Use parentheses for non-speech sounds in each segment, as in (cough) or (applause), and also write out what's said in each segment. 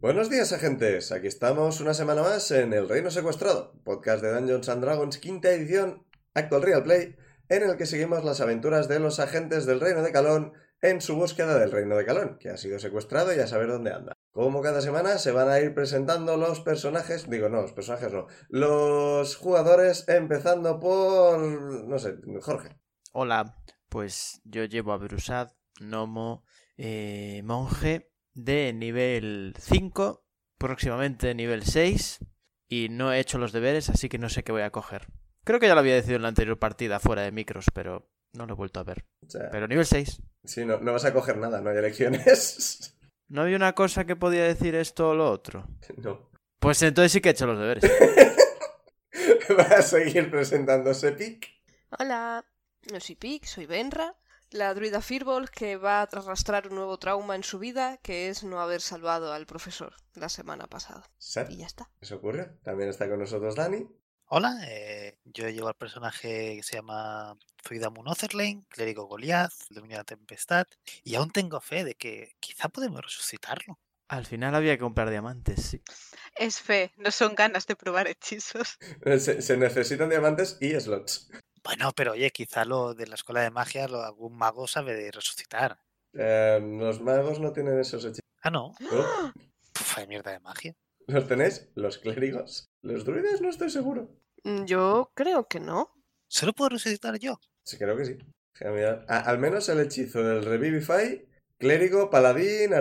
Buenos días, agentes. Aquí estamos una semana más en El Reino Secuestrado, podcast de Dungeons and Dragons, quinta edición, Actual Real Play, en el que seguimos las aventuras de los agentes del Reino de Calón en su búsqueda del Reino de Calón, que ha sido secuestrado y a saber dónde anda. Como cada semana se van a ir presentando los personajes, digo no, los personajes no, los jugadores empezando por, no sé, Jorge. Hola, pues yo llevo a Brusad, gnomo, eh, monje de nivel 5, próximamente nivel 6, y no he hecho los deberes, así que no sé qué voy a coger. Creo que ya lo había decidido en la anterior partida fuera de micros, pero no lo he vuelto a ver. O sea, Pero nivel 6. sí, no, no vas a coger nada, no hay elecciones. (laughs) ¿No había una cosa que podía decir esto o lo otro? no. (laughs) Pues entonces sí que he hecho los deberes. Va a seguir presentándose Pic. Hola, yo soy Pic, soy Benra, la druida Firbol que va a arrastrar un nuevo trauma en su vida, que es no haber salvado al profesor la semana pasada. Seth, Y ya está. ¿Eso ocurre? También está con nosotros Dani. Hola, eh, yo llevo al personaje que se llama Zuidamun Otherlane, clérigo Goliath, dominio de la tempestad, y aún tengo fe de que quizá podemos resucitarlo. Al final había que comprar diamantes, sí. Es fe, no son ganas de probar hechizos. Eh, Se, se necesitan diamantes y slots. Bueno, pero oye, quizá lo de la escuela de magia lo, algún mago sabe de resucitar. Eh, los magos no tienen esos hechizos. Ah, no, ¿no? puf, hay mierda de magia. ¿Los tenéis? ¿Los clérigos? ¿Los druidas? No estoy seguro. Mm, Yo creo que no. ¿Solo puedo resucitar yo? Sí, creo que sí. Genial. A- al menos el hechizo del Revivify, clérigo, paladín,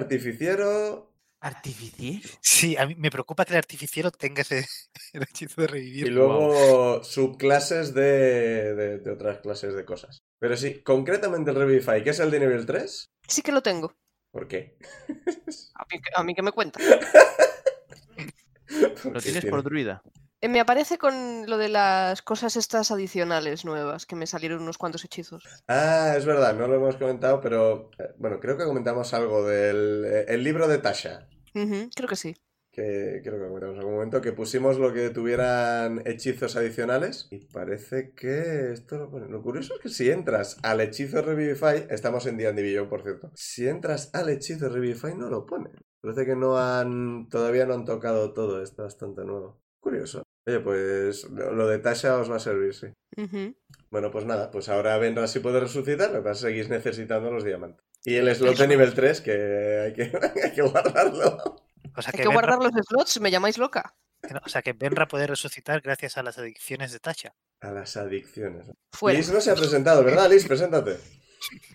artificiero ¿Artificial? Sí, a mí me preocupa que el artificiero tenga (laughs) ese el hechizo de y revivir. luego subclases de, de- de otras clases de cosas. Pero sí, concretamente el Revivify, que es el de nivel 3. Sí que lo tengo. ¿Por qué? A mí, a mí que me cuenta. Lo Porque tienes tiene- por druida. Eh, Me aparece con lo de las cosas estas adicionales nuevas, que me salieron unos cuantos hechizos. Ah, es verdad, no lo hemos comentado, pero eh, bueno, creo que comentamos algo del eh, el libro de Tasha, Ujú, creo que sí. que creo que comentamos en algún momento, que pusimos lo que tuvieran hechizos adicionales. Y parece que esto lo pone. Lo curioso es que si entras al hechizo Revivify, estamos en D&D Beyond, por cierto. Si entras al hechizo Revivify, no lo pone. Parece que no han. Todavía no han tocado todo, está bastante nuevo. Curioso. Oye, pues lo lo de Tasha os va a servir, sí. Ujú. Bueno, pues nada, pues ahora vendrá si puede resucitar, lo que pasa es que seguís necesitando los diamantes. Y Pues el slot de nivel 3, que hay que, (laughs) hay que guardarlo. O sea Hay que, que Benra, guardar los slots, me llamáis loca. que no- o sea que Benra puede resucitar gracias a las adicciones de Tasha. A las adicciones. Fuera. Liz no se ha presentado, ¿verdad, Liz? Preséntate.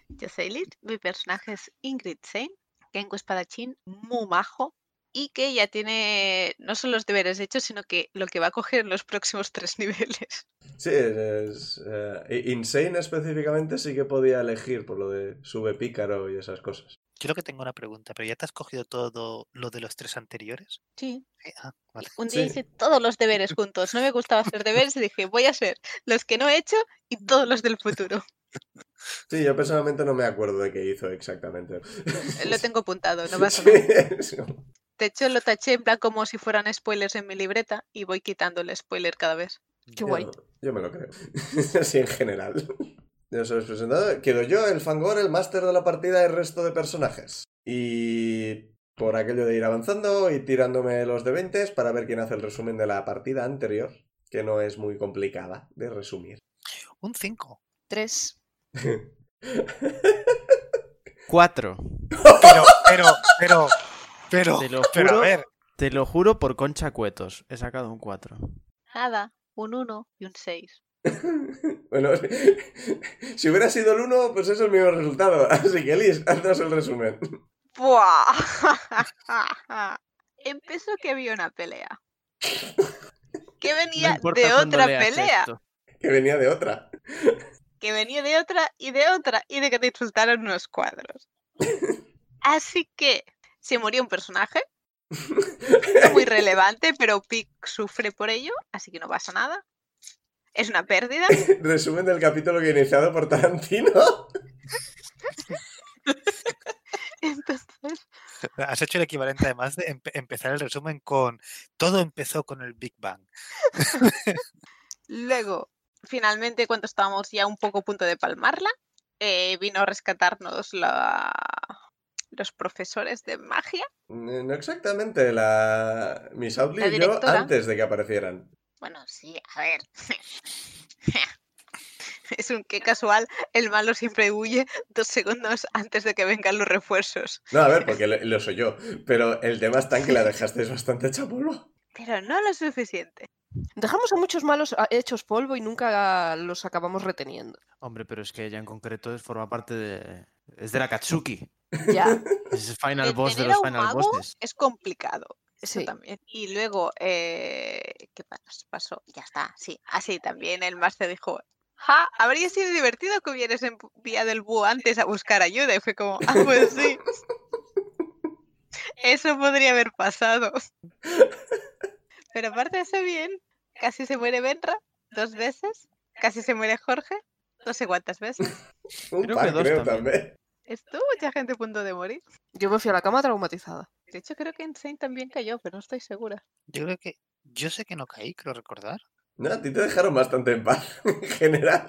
Yo soy Lid, mi personaje es Ingrid Sein, Kenko espadachín, muy majo, y que ya tiene no solo los deberes hechos, sino que lo que va a coger en los próximos (laughs) tres niveles. Sí, es, eh, Insane específicamente sí que podía elegir por lo de sube pícaro y esas cosas. Yo lo que tengo una pregunta, pero ¿ya te has cogido todo lo de los tres anteriores? Sí. Eh, ah, vale. Un día Sí. hice todos los deberes juntos. No me gustaba hacer deberes y dije, voy a hacer los que no he hecho y todos los del futuro. Sí, yo personalmente no me acuerdo de qué hizo exactamente. Eh, Lo tengo apuntado, (laughs) no pasa Sí, nada. es como- De hecho, lo taché en plan como si fueran spoilers en mi libreta y voy quitando el spoiler cada vez. Qué Yo- guay. Yo, me lo creo. (laughs) Así en general. Ya os habéis presentado. Quedo yo, el Fangor, el máster de la partida y el resto de personajes. Y por aquello de ir avanzando y tirándome los de 20 para ver quién hace el resumen de la partida anterior, que no es muy complicada de resumir. (laughs) Un 5. Tres. Cuatro. Pero, pero, pero, pero, Te lo pero a juro. ver. Te lo juro por concha cuetos. He sacado un 4. Nada, un 1 y un 6. bueno, (laughs) si hubiera sido el 1, pues es el mismo resultado. (laughs) Así que, Liz, haznos el resumen. (laughs) ¡Buah! Empezó que había una pelea. Que venía de otra pelea. Que venía de otra. (laughs) Que venía de otra y de otra y de que te insultaron unos cuadros. Así que se murió un personaje, no muy relevante, pero Pic sufre por ello, así que no pasa nada. Es una pérdida. (laughs) Resumen del capítulo que iniciado por Tarantino. Entonces, (laughs) Has hecho el equivalente además de empe- empezar el resumen con todo empezó con el Big Bang. luego, finalmente, cuando estábamos ya un poco a punto de palmarla, eh, vino a rescatarnos la- los profesores de magia. No exactamente, la... Miss Outley La y yo directora. antes de que aparecieran. Bueno, sí, a ver. (laughs) Es un que casual, el malo siempre huye dos segundos antes de que vengan los refuerzos. No, a ver, porque lo, lo soy yo. Pero el tema es tan que la dejasteis bastante hecha polvo. Pero no lo suficiente. Dejamos a muchos malos a- hechos polvo y nunca los acabamos reteniendo. Hombre, pero es que ella en concreto es- forma parte de. Es de la Katsuki. (laughs) Ya, Es el final El boss de los tener a un final mago bosses. Es complicado. Eso Sí. también. Y luego, eh, ¿qué pas- pasó? Ya está, sí. Así también el máster dijo, ja, habría sido divertido que hubieras enviado el búho antes a buscar ayuda. Y fue como, ah, pues sí. Eso podría haber pasado. Pero aparte de eso, bien. Casi se muere Benra dos veces. Casi se muere Jorge. No sé cuántas veces. Un Creo par, que dos creo, también. también. Estuvo mucha gente a punto de morir. yo me fui a la cama traumatizada. De hecho, creo que Insane también cayó, pero no estoy segura. Yo creo que. Yo sé que no caí, creo recordar. No, a ti te dejaron bastante en paz, (laughs) en general.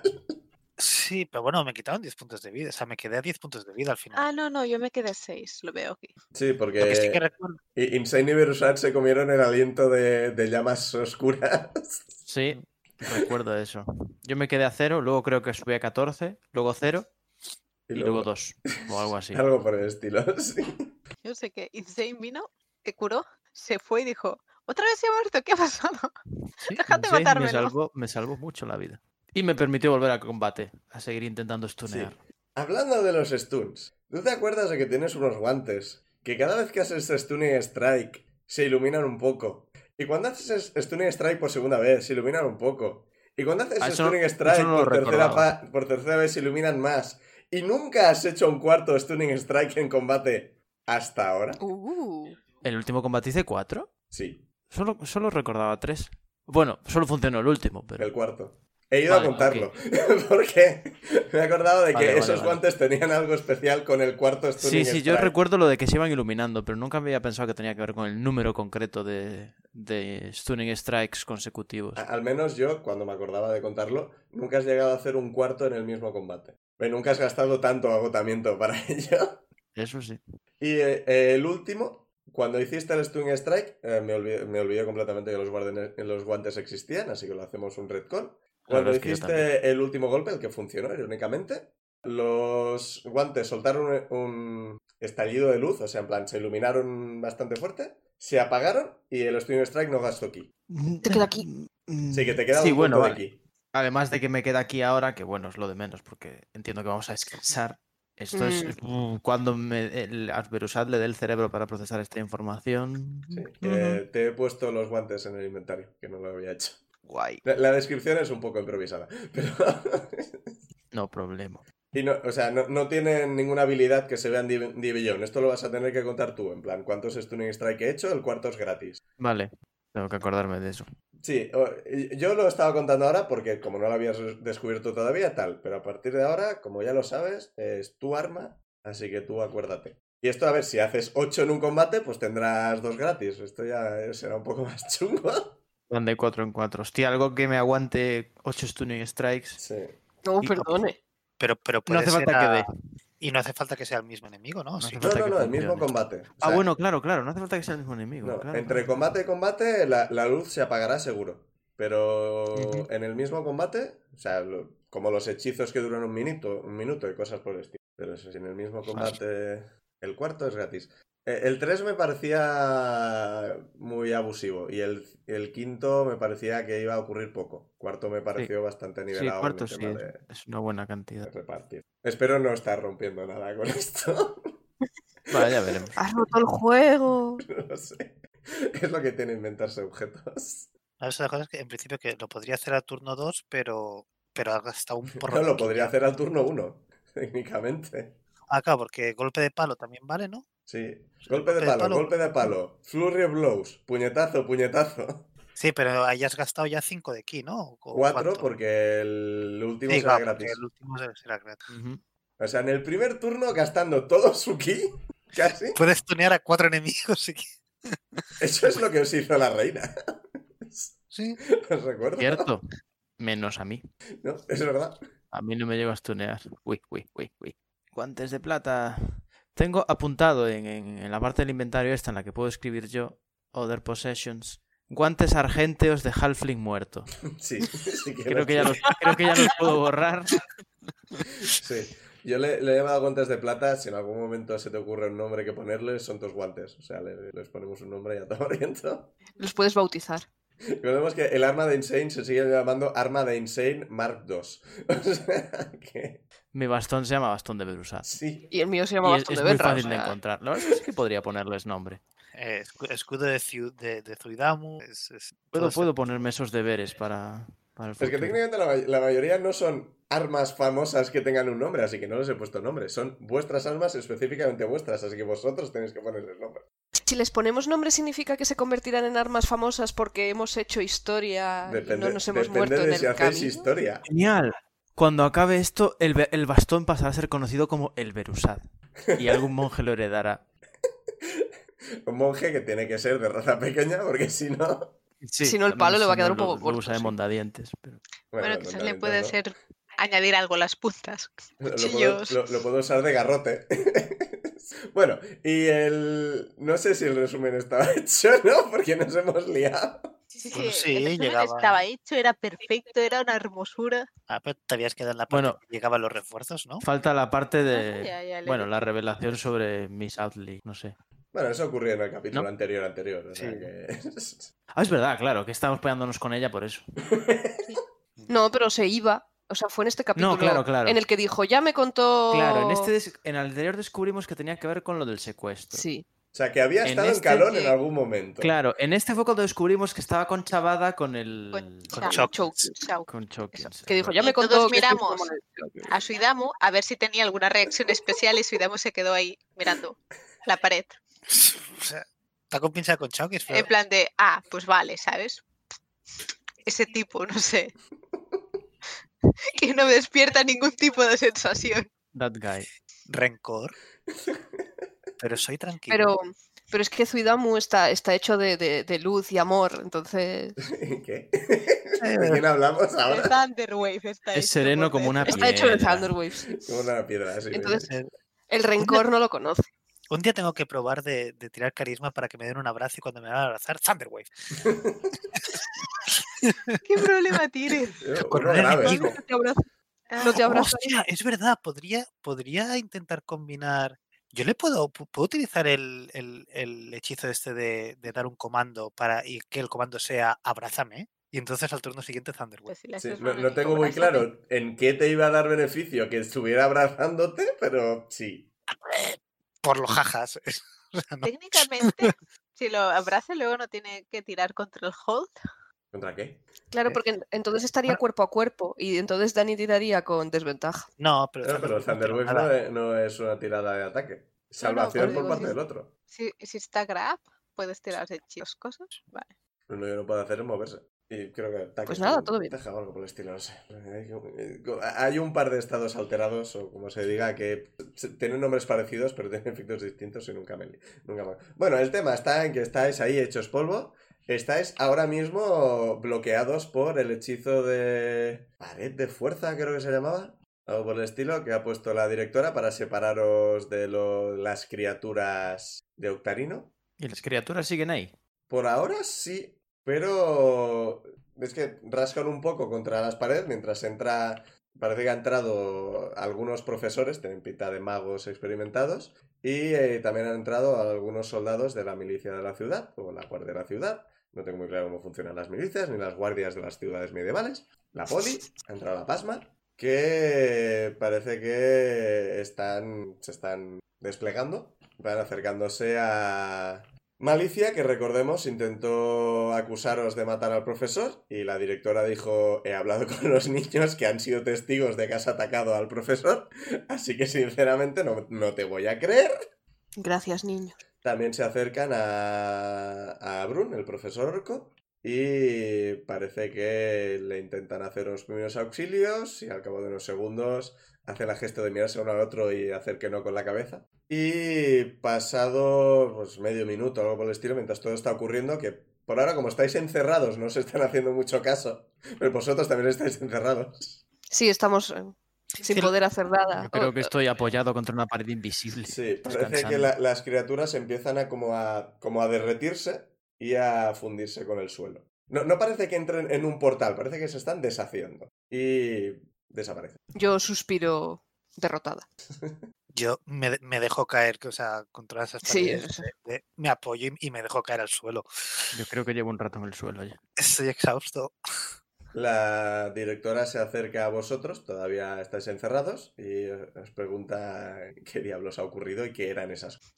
Sí, pero bueno, me quitaron 10 puntos de vida. O sea, me quedé a 10 puntos de vida al final. Ah, no, no, yo me quedé seis, lo veo aquí. Sí, porque Lo que sí que recuerdo. I- Insane y Berusat se comieron el aliento de, de llamas oscuras. (laughs) (laughs) Sí, recuerdo eso. Yo me quedé a cero, luego creo que subí a 14, luego cero y, luego dos. O algo así. Algo por el estilo, (laughs) sí. Yo sé que Insane vino, te curó, se fue y dijo, otra vez se ha muerto, ¿qué ha pasado? Sí, Dejad de Insane matármelo. me salvó, me salvó mucho la vida. Y me permitió volver al combate, a seguir intentando stunear. Hablando de los stuns, ¿tú te acuerdas de que tienes unos guantes? Que cada vez que haces stun y strike se iluminan un poco. Y cuando haces stun y strike por segunda vez se iluminan un poco. Y cuando haces Ah, eso no- stun y eso strike no lo por, tercera recordaba. pa- por tercera vez se iluminan más. Y nunca has hecho un cuarto stunning strike en combate hasta ahora. Uh, ¿El último combate hice cuatro? Sí, Solo, solo recordaba tres. Bueno, solo funcionó el último, El pero. cuarto. He ido Vale, a contarlo. (laughs) Porque me he acordado de que Vale, vale, esos vale. guantes tenían algo especial con el cuarto Sí, Stunning sí, yo Strike. recuerdo lo de que se iban iluminando, pero nunca había pensado que tenía que ver con el número concreto de, de Stunning Strikes consecutivos. A- Al menos yo, cuando me acordaba de contarlo, nunca has llegado a hacer un cuarto en el mismo combate. Ve, Nunca has gastado tanto agotamiento (laughs) para ello. Eso sí. Y eh, eh, el último, cuando hiciste el Stunning Strike, eh, me, olvidé, me olvidé completamente que los, guarden- los guantes existían, así que lo hacemos un retcon. La Cuando verdad es que yo también. hiciste el último golpe, el que funcionó irónicamente, los guantes soltaron un, un estallido de luz, o sea, en plan, se iluminaron bastante fuerte, se apagaron y el Stunning Strike no gastó aquí. Te queda aquí. Sí, que te queda Sí, un bueno, punto vale. de aquí. Además de que me queda aquí ahora, que bueno, es lo de menos, porque entiendo que vamos a descansar. Esto es Mm. es, uh, cuando me, el Asberusat le dé el cerebro para procesar esta información. Sí, que Ujú. te he puesto los guantes en el inventario, que no lo había hecho. Guay. La, la descripción es un poco improvisada, (laughs) pero... No problema. y no, o sea, no, no tienen ninguna habilidad que se vea en Div- Division. Esto lo vas a tener que contar tú, en plan, ¿cuántos Stunning Strike he hecho? El cuarto es gratis. Vale, tengo que acordarme de eso. Sí, o- y- yo lo estaba contando ahora porque como no lo habías des- descubierto todavía, tal, pero a partir de ahora, como ya lo sabes, es tu arma, así que tú acuérdate. Y esto, a ver, si haces 8 en un combate, pues tendrás dos gratis. Esto ya eh, será un poco (laughs) más chungo. Van de 4 en 4. Hostia, algo que me aguante 8 Stunning Strikes. Sí. No, Y- perdone. Pero, pero No puede hace ser falta que a- dé. Y no hace falta que sea el mismo enemigo, ¿no? No Sí. hace No, falta no, que no, el mismo funcione. combate. O Ah, sea, bueno, claro, claro. No hace falta que sea el mismo enemigo. no, claro, entre claro. combate y combate, la, la luz se apagará seguro. Pero Ujú. en el mismo combate, o sea, lo- como los hechizos que duran un minuto, un minuto y cosas por el estilo. Pero eso, si en el mismo combate, el cuarto es gratis. Eh, El 3 me parecía muy abusivo y el, el quinto me parecía que iba a ocurrir poco. Cuarto me pareció bastante Sí, nivelado. en cuarto el sí. tema es- de- Es una buena de cantidad. repartir. Espero no estar rompiendo nada con (laughs) esto. Vale, ya veremos. Has roto el juego. (laughs) No sé. Es lo que tiene inventarse objetos. Ahora es una cosa que en principio que lo podría hacer a turno (laughs) 2, pero, pero ha gastado un porro. No, de lo ki- podría hacer al turno 1, (laughs) técnicamente. acá, Ah, porque golpe de palo también vale, ¿no? Sí. Golpe de palo, golpe de palo. Flurry of blows. Puñetazo, puñetazo. Sí, pero hayas gastado ya 5 de aquí, ¿no? ¿O Cuatro cuánto? porque el último Sí, será claro, porque gratis. el último será- será gratis. (laughs) Ujú. O sea, en el primer turno gastando todo su ki, casi. Puedes tunear a cuatro enemigos (laughs) si quieres. Eso es lo que os hizo la reina. (laughs) Sí. Os recuerdo. Cierto. Menos a mí. ¿No? Es verdad. A mí no me llegas a tunear. Uy, uy, uy, uy. Guantes de plata. Tengo apuntado en, en- en la parte del inventario esta en la que puedo escribir yo, Other Possessions, guantes argenteos de Halfling muerto. Sí. (laughs) sí Creo que ya los, creo que ya los (laughs) puedo borrar. Sí. Yo le, le he llamado guantes de plata. Si en algún momento se te ocurre un nombre que ponerles, son tus guantes. O sea, le- les ponemos un nombre y (laughs) a todo viento. Los puedes bautizar. Recordemos que el arma de Insane se sigue llamando arma de Insane Mark II. (laughs) O sea, que Mi bastón se llama bastón de Berusat. sí. Y el mío se Y llama es, Bastón es de muy Benra, o fácil de sea, encontrar. La verdad es que podría ponerles nombre. Eh, escu- escudo de, Ciu- de, de Zuidamu. es- es- todo Puedo, se- puedo ponerme esos deberes para, para el Es que futuro. técnicamente la, may- la mayoría no son armas famosas que tengan un nombre, así que no les he puesto nombre. Son vuestras armas, específicamente vuestras, así que vosotros tenéis que ponerles nombre. Si les ponemos nombre significa que se convertirán en armas famosas porque hemos hecho historia Ah, y Depende, no nos hemos depende muerto en de si el hacéis camino. historia. Genial. Cuando acabe esto, el, be- el bastón pasará a ser conocido como el Berusat. Y algún monje lo heredará. (laughs) Un monje que tiene que ser de raza pequeña, porque si no. Si no, el palo le va a quedar un poco corto. corto, usa de sí. mondadientes. pero- Bueno, los quizás le mandamientos, puede ¿no? ser añadir algo a las puntas. (laughs) Lo- Lo puedo, Cuchillos. lo- lo puedo usar de garrote. (laughs) bueno, y el. No sé si el resumen estaba (laughs) hecho, ¿no? Porque nos hemos liado. Sí, Bueno, Pues sí, llegaba. estaba hecho, era perfecto, era una hermosura. Ah, pero te habías quedado en la parte Bueno. que llegaban los refuerzos, ¿no? Falta la parte Eh, Ah, de. ya, ya le Bueno, di. la revelación sobre Miss Outley, no sé. Bueno, eso ocurrió en el capítulo No. anterior, anterior. O sea Sí. que... (laughs) Ah, es verdad, claro, que estamos peleándonos con ella por eso. No, pero se iba. O sea, fue en este capítulo claro, claro. en el que dijo, ya me contó... Claro, en este des- en el anterior descubrimos que tenía que ver con lo del secuestro. Sí. O sea, que había En estado en, este calón que- en algún momento. (laughs) Claro, en este fue cuando descubrimos que estaba conchavada con el. Con Con Chao. Chuck. Chokes. Chao. con Chokins, Eso, es que dijo, verdad. ya me Y todos contó... que estoy miramos. como en el- A Suidamu a ver si tenía alguna reacción especial y Suidamu se quedó ahí mirando la pared. O sea, está con pinza con Chao, que es En plan de, ah, pues vale, ¿sabes? Ese tipo, (laughs) no sé. (laughs) que no me despierta ningún tipo de sensación. That guy. (laughs) rencor. Pero soy tranquilo. Pero, pero es que Zuidamu está, está hecho de, de- de luz y amor, entonces... ¿Qué? ¿De quién hablamos Es ahora? Thunderwave. Está Es hecho sereno por como una dentro. Está hecho de Piedra. Thunderwaves. Como una piedra así. Entonces- Eh, El rencor no lo conoce. Un día tengo que probar de, de tirar carisma para que me den un abrazo y cuando me van a abrazar, Thunderwave. (laughs) ¿Qué (laughs) problema tienes? Uno con un grave. enemigo. No te abraza. No ah, te abraza. Hostia, es verdad, podría, podría intentar combinar. Yo le puedo, pu- puedo utilizar el, el- el hechizo este de, de dar un comando para y que el comando sea abrázame. Y entonces al turno siguiente Thunderwave. Pues si las Sí, dos no, son no un tengo muy abrazo, claro en qué te iba a dar beneficio que estuviera abrazándote, pero sí. Por los jajas. (laughs) O sea, no. Técnicamente, si lo abraza, luego no tiene que tirar contra el hold. ¿Contra qué? Claro, porque en- entonces estaría cuerpo a cuerpo y entonces Dani tiraría con desventaja. No, pero, No, pero Thunderwave Thunderwave no tira nada. no, no es una tirada de ataque. Salvación pero por digo parte que- del otro. Si, si está grab, puedes tirar de hechizos cosas. Vale. Lo único que no puede hacer es moverse. Y creo que ataque. Pues nada, todo bien. o algo por el estilo, no sé. Hay un- Hay un par de estados alterados, o como se diga, que se- tienen nombres parecidos, pero tienen efectos distintos y nunca me li- nunca me- Bueno, el tema está en que estáis ahí hechos polvo. Estáis ahora mismo bloqueados por el hechizo de. Pared de fuerza, creo que se llamaba. Algo por el estilo que ha puesto la directora para separaros de lo- las criaturas de Octarino. ¿Y las criaturas siguen ahí? Por ahora sí, pero es que rascan un poco contra las paredes mientras entra, parece que ha entrado algunos profesores, tienen pinta de magos experimentados, y eh, también han entrado algunos soldados de la milicia de la ciudad, o la guardia de la ciudad. No tengo muy claro cómo funcionan las milicias ni las guardias de las ciudades medievales. La poli, ha entrado la pasma, que parece que están, se están desplegando, van acercándose a, Malicia, que recordemos, intentó acusaros de matar al profesor y la directora dijo, he hablado con los niños que han sido testigos de que has atacado al profesor, así que sinceramente no, no te voy a creer. Gracias, niño. También se acercan a, a Brun, el profesor Orco, y parece que le intentan hacer unos primeros auxilios y al cabo de unos segundos hace la gesto de mirarse uno al otro y hacer que no con la cabeza. Y pasado pues, medio minuto, algo por el estilo, mientras todo está ocurriendo, que por ahora como estáis encerrados no se están haciendo mucho caso, pero vosotros también estáis encerrados. Sí, estamos eh, sin poder hacer nada. Yo creo Oh, que estoy apoyado contra una pared invisible. (laughs) Sí, parece descansando. que la- las criaturas empiezan a como, a como a derretirse y a fundirse con el suelo. No, no parece que entren en un portal, parece que se están deshaciendo. Y desaparecen. Yo suspiro derrotada. Yo me, de- me dejo caer, que, o sea, contra esas Sí, paredes, eso. de- de- me apoyo y, y me dejo caer al suelo. Yo creo que llevo un rato en el suelo ya. Estoy exhausto. La directora se acerca a vosotros, todavía estáis encerrados, y os pregunta qué diablos ha ocurrido y qué eran esas cosas.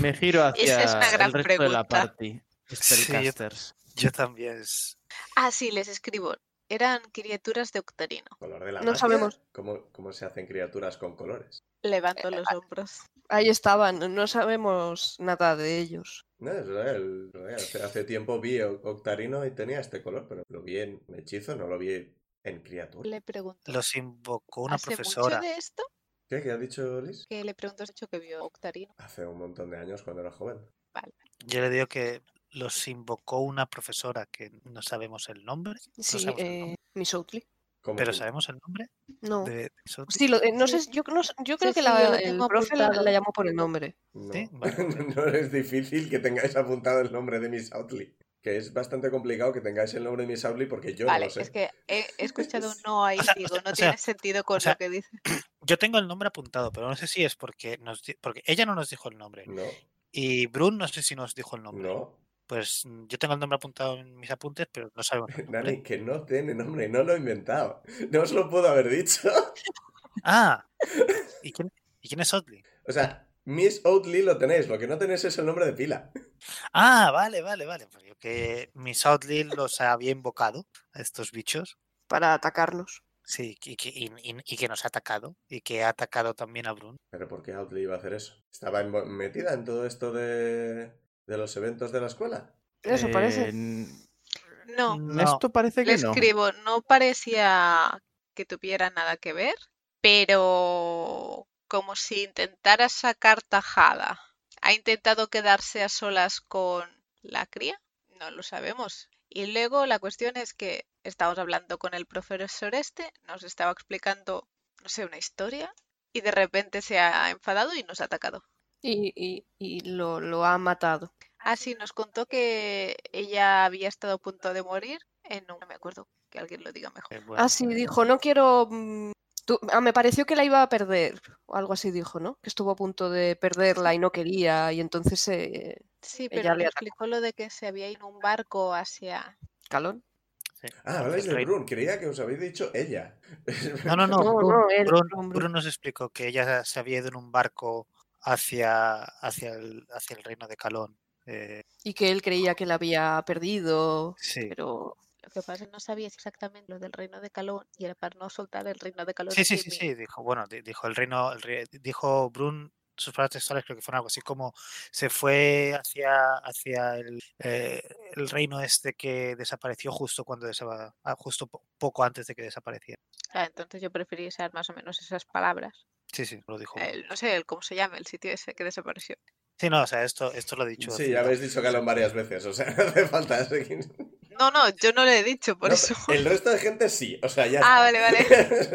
Me giro hacia Esa es una gran el resto de la pregunta. party. Spellcasters. Yo también. es- Ah, sí, les escribo. Eran criaturas de Octarino. Color de la No magia, sabemos. ¿Cómo, cómo se hacen criaturas con colores? Eh, Levanto ah. los hombros. Ahí estaban, no sabemos nada de ellos. No, es real, real. Hace, hace tiempo vi o- Octarino y tenía este color, pero lo vi en hechizo, no lo vi en criatura. Le pregunto. Los invocó una ¿Hace profesora. mucho de esto? ¿Qué, ¿Qué ha dicho Liz? Que le pregunto mucho que vio Octarino. Hace un montón de años cuando era joven. Yo le digo que los invocó una profesora que no sabemos el nombre. no Sí, sabemos el eh, nombre, Miss Oakley. ¿Cómo pero se- sabemos el nombre No. de de Sophie? Sí, lo- eh, no Sí. sé, yo, no sé- yo creo que sí, la- yo lo el tengo profe la, apuntado. la llamó por el nombre. No. (laughs) Sí, vale, vale. No es difícil que tengáis apuntado el nombre de Miss Outley. Que es bastante complicado que tengáis el nombre de Miss Outley porque yo no vale, lo sé. es que he, he escuchado un no ahí, (laughs) O sea, o digo, sea, no o sea, tiene sentido con o sea, lo que dice. Yo tengo el nombre apuntado, pero no sé si es porque nos di- porque ella no nos dijo el nombre. No, Y Brun no sé si nos dijo el nombre. Mm. no. Pues mm, yo tengo el nombre apuntado en mis apuntes, pero no sabemos. el (laughs) nombre. Nani, que no tiene nombre, no lo he inventado. No os lo puedo haber dicho. (laughs) Ah. ¿Y quién, ¿y quién es Otley? O sea, Miss Outley lo tenéis, lo que no tenéis es el nombre de pila. Ah, vale, vale, vale. Pues yo que Miss Otley los había invocado a estos bichos. para atacarnos. Sí, y que, y- y- y que nos ha atacado. Y que ha atacado también a Brun. Pero ¿por qué Outley iba a hacer eso? ¿Estaba envo- metida en todo esto de, de los eventos de la escuela? Eso Eh, parece. n- No, No. Esto parece le que no. escribo, no parecía que tuviera nada que ver, pero como si intentara sacar tajada. ¿Ha intentado quedarse a solas con la cría? No lo sabemos. Y luego la cuestión es que estábamos hablando con el profesor este, nos estaba explicando, no sé, una historia, y de repente se ha enfadado y nos ha atacado. Y, y- y lo, lo ha matado. Ah, sí, nos contó que ella había estado a punto de morir en un... No me acuerdo, que alguien lo diga mejor. Eh, bueno, Ah, sí, dijo, no quiero... mm, tú- ah, me pareció que la iba a perder. O algo así dijo, ¿no? Que estuvo a punto de perderla y no quería. Y entonces... Eh, Sí, Ella pero me le atacó. explicó lo de que se había ido en un barco hacia... ¿Calón? sí, Ah, porque habláis el de rey- Brun, creía que os habéis dicho ella. eh, No, no, no. No, Brun, no, él, Brun- Brun, Brun. Brun nos explicó que ella se había ido en un barco hacia, hacia, el, hacia el reino de Calón. eh, Y que él creía que la había perdido. sí. Pero... Lo que pasa es que no sabías exactamente lo del reino de Calón y era para no soltar el reino de Calón. Sí, sí, aquí sí, en mi- sí, dijo, bueno, di- dijo el reino, el rey- dijo Brun, sus palabras textuales creo que fueron algo así como se fue hacia, hacia el, eh, el reino este que desapareció justo cuando desaba- ah, justo po- poco antes de que desapareciera. Ah, entonces yo preferí usar más o menos esas palabras. Sí, sí, lo dijo. Brun. El- no sé el, cómo se llama el sitio ese que desapareció. Sí, no, o sea, esto, esto lo he dicho. Sí, hace ya un habéis rato. dicho Galón varias veces, o sea, (laughs) no hace falta. seguir. No, no, yo no lo he dicho, por No, eso. El resto de gente sí, o sea, ya. Ah, está. (laughs)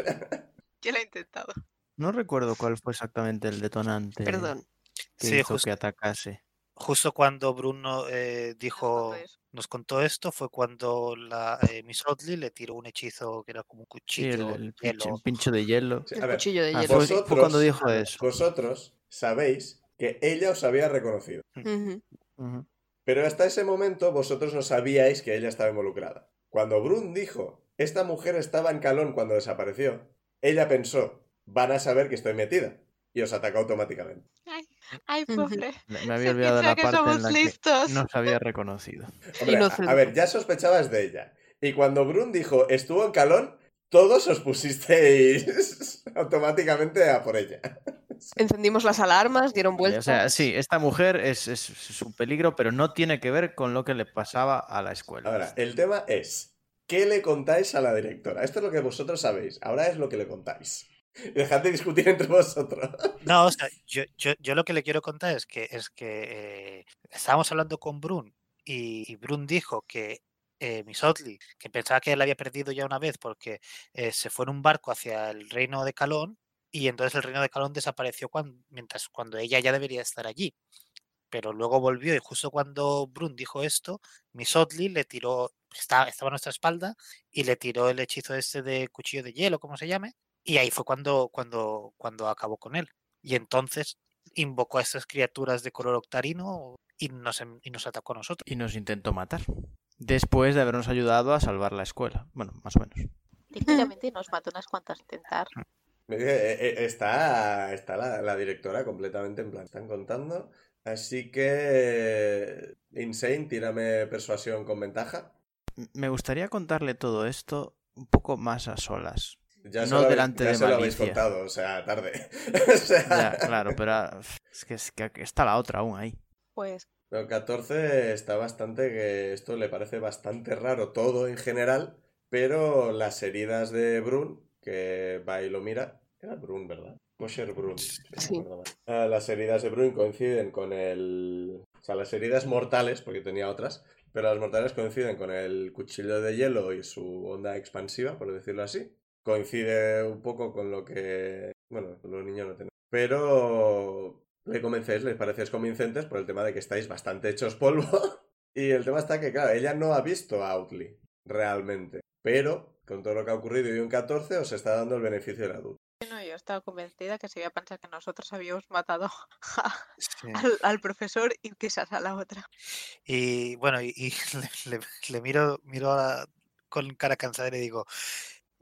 Yo lo he intentado. No recuerdo cuál fue exactamente el detonante Perdón. que Sí, hizo justo, que atacase. justo cuando Bruno eh, Nos contó dijo, eso. nos contó esto, fue cuando la, eh, Miss Otley le tiró un hechizo que era como un Sí, el, cuchillo, el pinche- hielo. un pincho de hielo. (laughs) Sí, a El ver, cuchillo de Ah, hielo. fue, fue Vosotros- cuando dijo eso. vosotros sabéis que ella os había reconocido, pues. Ujú. Ujú. pero hasta ese momento vosotros no sabíais que ella estaba involucrada. Cuando Brun dijo, esta mujer estaba en Calón cuando desapareció, ella pensó, van a saber que estoy metida, y os atacó automáticamente. Ay, Ay, pobre. Mm. (laughs) Me me había Se olvidado piensa la que parte en somos la que listos. (laughs) no (laughs) se había (laughs) reconocido. Hombre, a, Inocente. a ver, ya sospechabas de ella. Y cuando Brun dijo estuvo en calón, todos os pusisteis (laughs) automáticamente a por ella. Encendimos las alarmas, dieron Vale, vueltas. O sea, sí, esta mujer es, es, es un peligro, pero no tiene que ver con lo que le pasaba a la escuela. Ahora, eh el tema es, ¿qué le contáis a la directora? Esto es lo que vosotros sabéis, ahora es lo que le contáis. Dejad de discutir entre vosotros. (laughs) No, o sea, yo, yo, yo lo que le quiero contar es que, es que eh, estábamos hablando con Brun y, y Brun dijo que eh, Miss Otley, que pensaba que la había perdido ya una vez porque eh, se fue en un barco hacia el reino de Calón y entonces el reino de Calón desapareció cuando, mientras, cuando ella ya debería estar allí. Pero luego volvió y justo cuando Brun dijo esto, Miss Otley le tiró, está- estaba a nuestra espalda y le tiró el hechizo este de cuchillo de hielo, como se llame, y ahí fue cuando, cuando, cuando acabó con él. Y entonces invocó a estas criaturas de color octarino y nos, em- y nos atacó a nosotros. Y nos intentó matar. Después de habernos ayudado a salvar la escuela. Bueno, más o menos. Técnicamente nos mató unas cuantas tentar. Me dice, eh, eh, Está, está la, la directora completamente en plan, están contando. Así que, eh, Insane, tírame persuasión con ventaja. M- Me gustaría contarle todo esto un poco más a solas. Ya No se lo habe- delante ya de se lo habéis malicia. contado, o sea, tarde. (laughs) O sea, (laughs) Ya, claro, pero ah, es que, es que está la otra aún ahí. Pues Pero 14 está bastante que esto le parece bastante raro todo en general, pero las heridas de Brun, que va y lo mira, era Brun, ¿verdad? Kosher Brun. si no Sí. recuerdo mal. Ah, las heridas de Brun coinciden con el... O sea, las heridas mortales, porque tenía otras, pero las mortales coinciden con el cuchillo de hielo y su onda expansiva, por decirlo así. Coincide un poco con lo que... Bueno, los niños no tenemos. Pero le convencéis, les parecéis convincentes por el tema de que estáis bastante hechos polvo. (laughs) Y el tema está que, claro, ella no ha visto a Outley realmente. Pero, con todo lo que ha ocurrido y un 14, os está dando el beneficio del adulto. yo no, yo estaba convencida que se iba a pensar que nosotros habíamos matado (laughs) a- Sí. al, al profesor y quizás a la otra. (laughs) Y bueno, y, (laughs) y le, le- le miro, miro a- con cara cansada y le digo,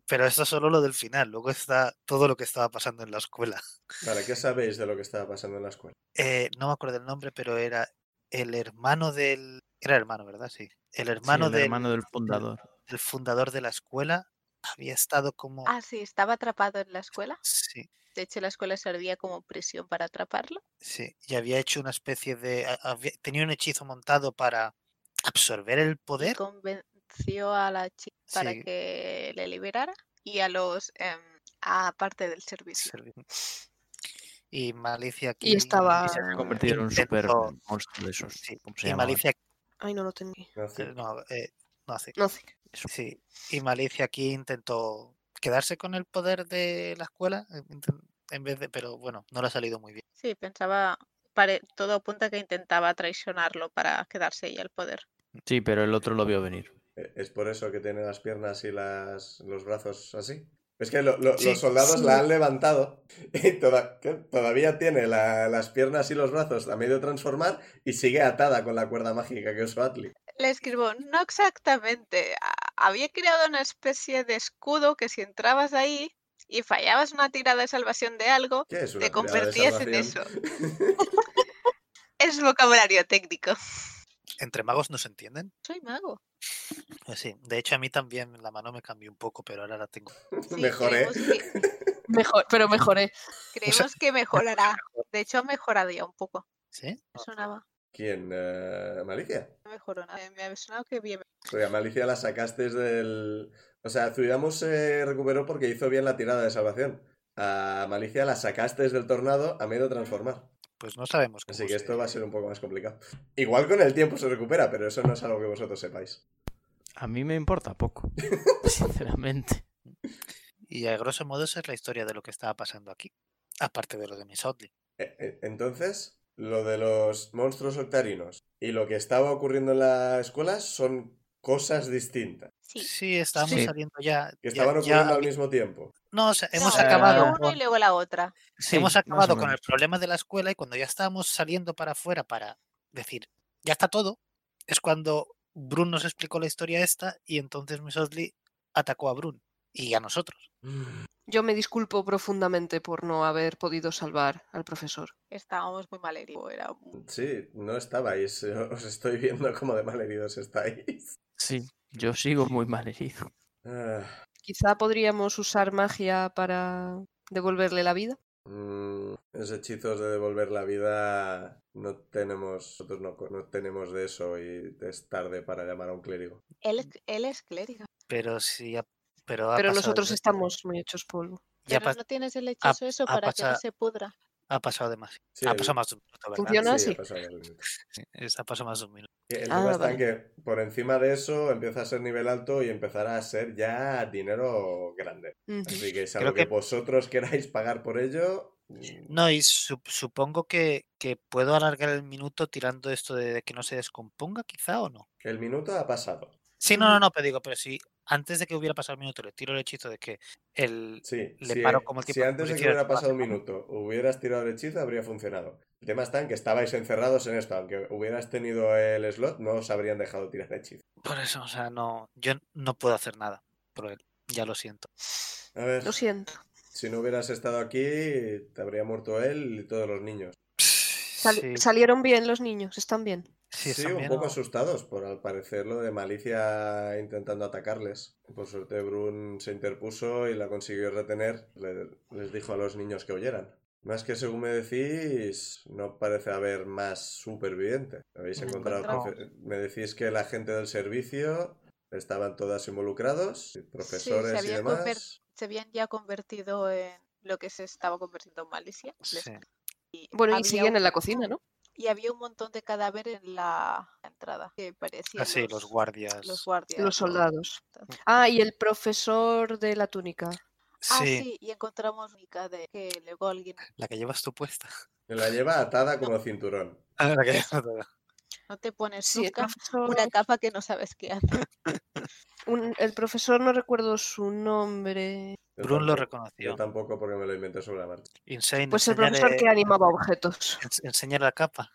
pero esto es solo lo del final, luego está todo lo que estaba pasando en la escuela. (laughs) Vale, ¿qué sabéis de lo que estaba pasando en la escuela? Eh, no me acuerdo el nombre, pero era el hermano del... Era hermano, ¿verdad? Sí. El hermano, Sí, el del, hermano del fundador. del fundador de la escuela había estado como... Ah, sí, estaba atrapado en la escuela. Sí. De hecho, la escuela servía como prisión para atraparlo. Sí, y había hecho una especie de... a- había- tenía un hechizo montado para absorber el y poder. convenció a la chica para Sí. que le liberara y a los em, a parte del servicio. Ser- Y Malicia aquí... estaba- se había Convertido en un intentó- super monstruo de esos. sí, ¿Cómo se y llamaban? Malicia... Ay, no lo tengo. aquí. No eh, sé. No, eh, no hace. No sé. Sí, y Malicia aquí intentó quedarse con el poder de la escuela eh, inten- en vez de... Pero bueno, no le ha salido muy bien. Sí, pensaba, pare- todo apunta que intentaba traicionarlo para quedarse ella al poder. Sí, pero el otro lo vio venir. Eh, Es por eso que tiene las piernas y las, los brazos así. Es que lo- lo- Sí, los soldados sí. la han levantado y toda- que todavía tiene la- las piernas y los brazos a medio transformar y sigue atada con la cuerda mágica que usó Atli. Le escribo, no exactamente. a- Había creado una especie de escudo que si entrabas ahí y fallabas una tirada de salvación de algo, ¿Qué es una te tirada de convertías en eso. salvación? (laughs) Es vocabulario técnico. Entre magos no se entienden. Soy mago. Pues sí, de hecho a mí también la mano me cambió un poco, pero ahora la tengo. Sí, Mejor, ¿eh? creemos que- Mejor, ¿eh? pero mejoré. Creemos que mejorará. De hecho, ha mejorado ya un poco. ¿Sí? Me sonaba. ¿Quién? Eh, ¿Malicia? No mejoró nada. Eh, Me ha sonado que bien. Porque a Malicia la sacaste del... O sea, Zuidamus se recuperó porque hizo bien la tirada de salvación. A Malicia la sacaste del tornado a medio transformar. Pues no sabemos Así cómo que esto va a se- ser un poco más complicado. Igual con el tiempo se recupera, pero eso no es algo que vosotros sepáis. A mí me importa (laughs) poco, sinceramente. Y a grosso modo esa es la historia de lo que estaba pasando aquí. Aparte de lo de Miss Otley. E- e- Entonces, lo de los monstruos octarinos y lo que estaba ocurriendo en la escuela son cosas distintas. Sí. Sí, estábamos Sí. saliendo ya. Que ya- estaban ya ocurriendo al habí- mismo (sighs) tiempo. (sighs) No, o sea, hemos No, eh, acabado, Uno y con, luego la otra. Sí, hemos más o acabado con el menos. problema de la escuela y cuando ya estábamos saliendo para afuera para decir, ya está todo, es cuando Brun nos explicó la historia esta y entonces Miss Otley atacó a Brun y a nosotros. Yo me disculpo profundamente por no haber podido salvar al profesor. Estábamos muy mal heridos. Era... un- Sí, no estabais. (laughs) Os estoy viendo como de malheridos estáis. Sí, yo sigo muy mal herido. Ah, Quizá podríamos usar magia para devolverle la vida. mm, los hechizos de devolver la vida no tenemos. Nosotros no, no tenemos de eso y es tarde para llamar a un clérigo. Él, es- él es clérigo. Pero sí, ha- pero, ha Pero pasado nosotros de- estamos muy hechos polvo. Ya Pero pas- no tienes el hechizo eso ha para que no pasado- se pudra. ha pasado de más. Sí, Ah, pues ha pasado el- más de un minuto, ¿verdad? Funciona. sí, así? ha pasado el límite. Sí, es- ha pasado más de un minuto. El Ah, tema está en vale. que por encima de eso empieza a ser nivel alto y empezará a ser ya dinero grande. Ujú. Así que salvo Creo que... que- vosotros queráis pagar por ello. mm, No, y su- supongo que, que puedo alargar el minuto tirando esto de que no se descomponga, quizá o no. El minuto ha pasado. Sí, no, no, Ujú. no, pero digo, pero si antes de que hubiera pasado el minuto le tiro el hechizo de que el, Sí, Le si, e, paro como el si tiempo que antes de que hicieras hubiera tú la pasado un semana. minuto hubieras tirado el hechizo, habría funcionado. El tema está en que estabais encerrados en esto. Aunque hubieras tenido el slot, no os habrían dejado tirar el hechizo. Por eso, o sea, no, yo no puedo hacer nada por él. Ya lo siento. A ver, Lo siento. si no hubieras estado aquí, te habría muerto él y todos los niños. Sal- Sí, Salieron bien los niños, están bien. sí, Sí, están un bien, poco ¿no? asustados por al parecer lo de malicia intentando atacarles. Por suerte Brun se interpuso y la consiguió retener. Le- les dijo a los niños que oyeran. Más que según me decís, no parece haber más superviviente. Habéis No encontrado. encontramos. profe- Me decís que la gente del servicio estaban todas involucrados, y profesores y había demás. conver- Se habían ya convertido en lo que se estaba convirtiendo en Malicia. les- Sí. y Bueno, y había siguen un- en la cocina, ¿no? Y había un montón de cadáveres en la entrada que parecían Así, Ah, los, guardias. los guardias. Los ¿no? soldados. Ah, y el profesor de la túnica. Ah, sí, sí, y encontramos única de que luego alguien la que llevas tú puesta. (laughs) Me la lleva atada como cinturón. La que llevas tú. no te pones Eh, Sí, el nunca profesor, una capa que no sabes qué hace. un- el profesor no recuerdo su nombre. Yo Brun lo tampoco- Yo reconoció. tampoco porque me lo inventé sobre la marcha. Insane, Pues el enséñale- profesor que animaba objetos. ens- enseña la capa.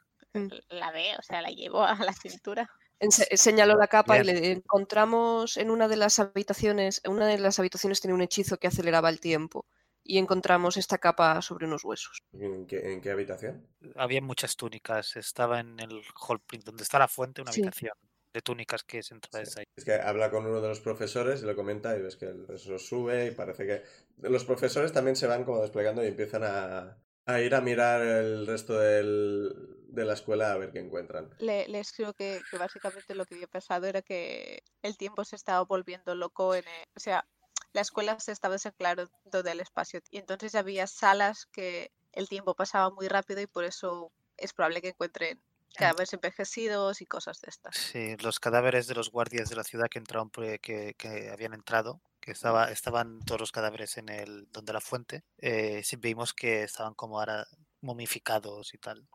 La ve, o sea, la llevo a la cintura. Ense- señaló la capa y le encontramos en una de las habitaciones, en una de las habitaciones tenía un hechizo que aceleraba el tiempo y encontramos esta capa sobre unos huesos. ¿En qué, en qué habitación? Había muchas túnicas. Estaba en el hall prin- donde está la fuente, una Sí. habitación de túnicas que es entrada desde ahí. Es que habla con uno de los profesores y le comenta y ves que el profesor sube y parece que... Los profesores también se van como desplegando y empiezan a, a ir a mirar el resto del- de la escuela a ver qué encuentran. Le, le escribo que, que básicamente lo que había pensado era que el tiempo se estaba volviendo loco en el- o sea, la escuela se estaba desenclarando del espacio y entonces había salas que el tiempo pasaba muy rápido y por eso es probable que encuentren cadáveres envejecidos y cosas de estas. Sí, los cadáveres de los guardias de la ciudad que entraron por- eh, que, que habían entrado, que estaba, estaban todos los cadáveres en el donde la fuente, eh, sí vimos que estaban como ahora momificados y tal.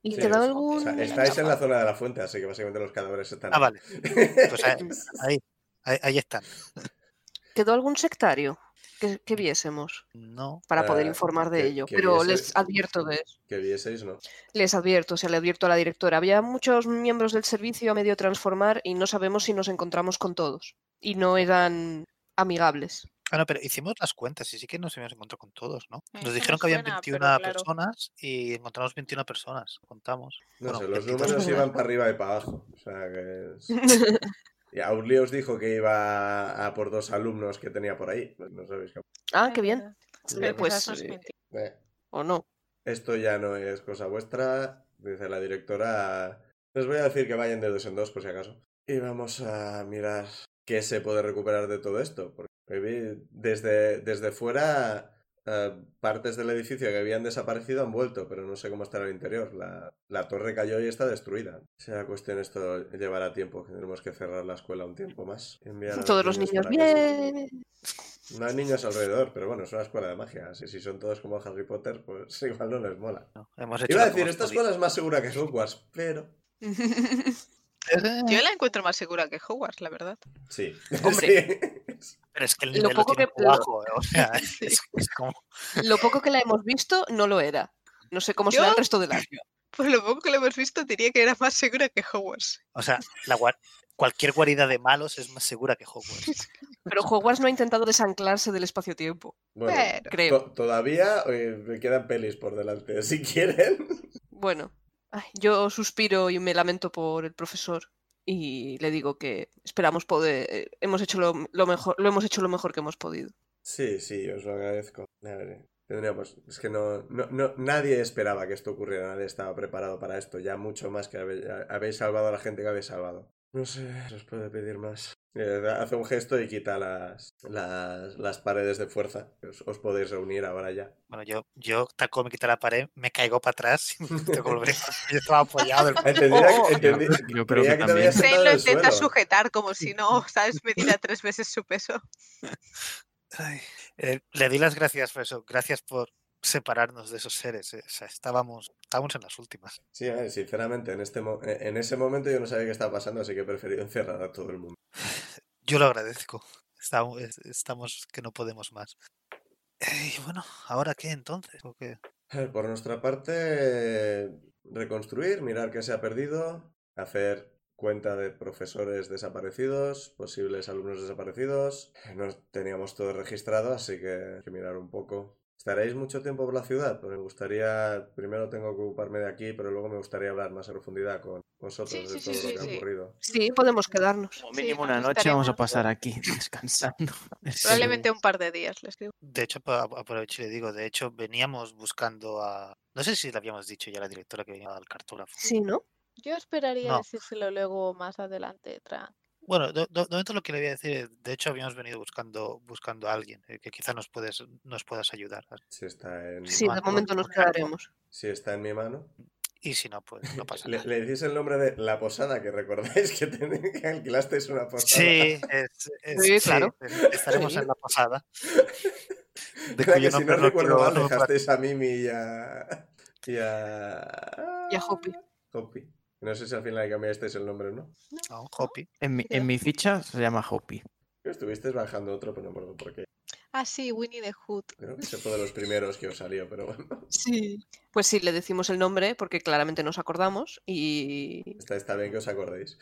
¿Y Sí, te dan es- algún...? O sea, estáis en la zona de la fuente, así que básicamente los cadáveres están... Ah, ahí. (laughs) vale. Pues ahí, ahí, ahí- ahí están. (clears throat) ¿Quedó algún sectario que, que viésemos No, para poder Ah, informar de que- ello? que Pero viese- les advierto de que vieseis, ¿no? Les advierto, o sea, le advierto a la directora. Había muchos miembros del servicio a medio transformar y no sabemos si nos encontramos con todos. Y no eran amigables. (laughs) ah, no, pero hicimos las cuentas y sí que nos habíamos encontrado con todos, ¿no? Eso Nos me dijeron que habían suena, pero 21 claro. personas y encontramos 21 personas, contamos. No Bueno, sé, 22 los números personas. iban para arriba y para abajo. O sea que... es- (laughs) Y Aurelio os dijo que iba a por dos alumnos que tenía por ahí. No sabéis qué. ah, qué bien. Sí, Pero quizás pues, nos eh, mintió. Eh, o no. Esto ya no es cosa vuestra, dice la directora. Les voy a decir que vayan de dos en dos, por si acaso. Y vamos a mirar qué se puede recuperar de todo esto. Porque maybe desde, desde fuera, eh, partes del edificio que habían desaparecido han vuelto, pero no sé cómo estará el interior. La, la torre cayó y está destruida. Será cuestión esto llevará tiempo. Tendremos que cerrar la escuela un tiempo más. Enviar a Todos los niños, para casa. bien. No hay niños alrededor, pero bueno, es una escuela de magia. Así si son todos como Harry Potter, pues (laughs) igual no les mola. No, hemos hecho Iba a lo que decir, hemos esta podido. escuela es más segura que Hogwarts, pero... Yo la encuentro más segura que Hogwarts, la verdad. Sí. Hombre. Sí. Pero es que el Lo nivel lo, poco tiene que- por abajo, eh, o (laughs) sea, (laughs) Sí. es, es como... Lo poco que la hemos visto no lo era. No sé cómo será ¿Yo? el resto del año. Por lo poco que lo hemos visto, diría que era más segura que Hogwarts. O sea, la, guar- cualquier guarida de malos es más segura que Hogwarts. Pero Hogwarts no ha intentado desanclarse del espacio-tiempo, (laughs) Bueno, Pero- creo. to- todavía eh, me quedan pelis por delante. (laughs) Si quieren. Bueno, ay, yo suspiro y me lamento por el profesor y le digo que esperamos poder, eh, hemos hecho lo, lo mejor, lo hemos hecho lo mejor que hemos podido. Sí, sí, os lo agradezco. A ver, eh, tendríamos. Es que no, no, no- nadie esperaba que esto ocurriera, nadie estaba preparado para esto, ya mucho más que habe- habéis, salvado a la gente que habéis salvado. No sé, se os puede pedir más. Eh, hace un gesto y quita las, las, las paredes de fuerza. Os, os podéis reunir ahora ya. Bueno, yo, yo tal como me quita la pared, me caigo para atrás (laughs) y tengo que volver. Yo estaba apoyado. el- Entendía, Oh, oh. que- entendí- Yo- yo creo creía que te habías sentado también. Zane en lo el intenta suelo. sujetar como (laughs) si no, ¿sabes? Mediera tres veces su peso. Ay, eh, le di las gracias por eso. Gracias por separarnos de esos seres. eh, o sea, estábamos, estábamos en las últimas. Sí, a ver, sinceramente, en, este, mo- en en ese momento yo no sabía qué estaba pasando, así que he preferido (laughs) encerrar a todo el mundo. Yo lo agradezco. Estamos, estamos que no podemos más. Eh, Y bueno, ¿ahora qué entonces? ¿O qué? A ver, Por nuestra parte, eh, reconstruir, mirar qué se ha perdido, hacer cuenta de profesores desaparecidos, posibles alumnos desaparecidos. No teníamos todo registrado, así que hay que mirar un poco. ¿Estaréis mucho tiempo por la ciudad? Pues me gustaría, primero tengo que ocuparme de aquí, pero luego me gustaría hablar más en profundidad con vosotros Sí, sí, de sí, todo lo sí, que sí. ha ocurrido. Sí, podemos quedarnos. Como Sí, mínimo nos una noche estaremos- vamos a pasar aquí descansando. (laughs) Probablemente un par de días, les digo. De hecho, pa- aprovecho y le digo, de hecho, veníamos buscando a... No sé si le habíamos dicho ya a la directora que venía al cartógrafo. Sí, ¿no? Yo esperaría No. decírselo luego más adelante, Tran. Bueno, de, de- de momento lo que le voy a decir es, de hecho, habíamos venido buscando, buscando a alguien eh, que quizás nos, puedes, nos puedas ayudar. Si está en, Sí, de Vale, momento nos vale, vale. quedaremos. si está en mi mano. Y si no, pues (laughs) no pasa Le, nada. le decís el nombre de la posada, que recordáis que, ten- (laughs) que alquilasteis una posada. Sí, es- es- Sí, claro. es- estaremos en la (laughs) posada. De Claro cuyo que si nombre no no recuerdo quiero- mal, no me (laughs) acuerdo. dejasteis a Mimi y a. Y a. Y a Hopi. Hopi. No sé si al final cambiasteis el nombre o no. A un Hopi. En mi, en mi ficha se llama Hopi. Estuvisteis bajando otro, pero no me acuerdo por qué. Ah, sí, Winnie the Hood. Creo que ese fue de los primeros que os salió, pero bueno. (laughs) Sí. Pues sí, le decimos el nombre porque claramente nos acordamos y Está, está bien que os acordéis.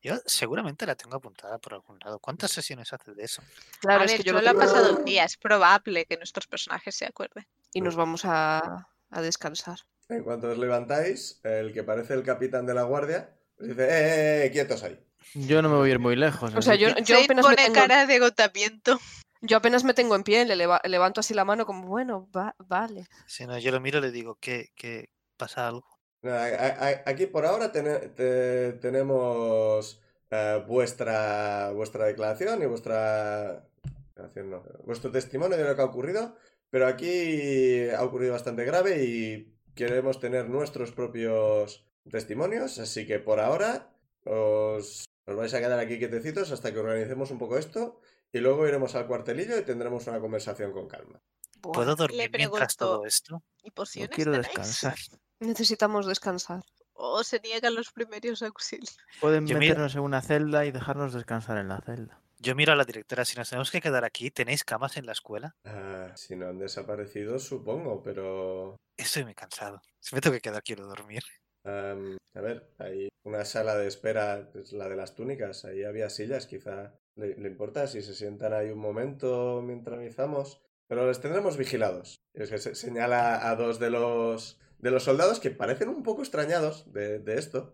Yo seguramente la tengo apuntada por algún lado. ¿Cuántas sesiones hace de eso? claro, a es ver, que yo lo solo ha tengo- pasado (laughs) un día. Es probable que nuestros personajes se acuerden. y nos vamos a, a descansar. En cuanto os levantáis, el que parece el capitán de la guardia os dice: ¡Eh, eh, eh, quietos ahí! Yo no me voy a ir muy lejos. O sea, así yo, que- yo Zane apenas me pone tengo, cara de agotamiento. yo apenas me tengo en pie, le leva- levanto así la mano como, bueno, va- vale. Si no, yo lo miro y le digo que, que pasa algo. Nada, a- a- aquí por ahora tene- te- tenemos eh, vuestra, vuestra declaración y vuestra... declaración no, vuestro testimonio de lo que ha ocurrido, pero aquí ha ocurrido bastante grave y queremos tener nuestros propios testimonios, así que por ahora os, os vais a quedar aquí quietecitos hasta que organicemos un poco esto y luego iremos al cuartelillo y tendremos una conversación con calma. Buah, ¿Puedo dormir mientras pregunto, todo esto? ¿Y yo pociones quiero tenéis? descansar. necesitamos descansar. ¿O se niegan los primeros auxilios? Pueden Yo mira- meternos en una celda y dejarnos descansar en la celda. Yo miro a la directora, si nos tenemos que quedar aquí, ¿tenéis camas en la escuela? Ah, si no han desaparecido, supongo, pero... Estoy muy cansado. Si me tengo que quedar, quiero dormir. Am, Em, a ver, hay una sala de espera, es la de las túnicas, ahí había sillas, quizá le, le importa si se sientan ahí un momento mientras avisamos, pero les tendremos vigilados. Es que se- señala a dos de los, de los soldados que parecen un poco extrañados de, de esto,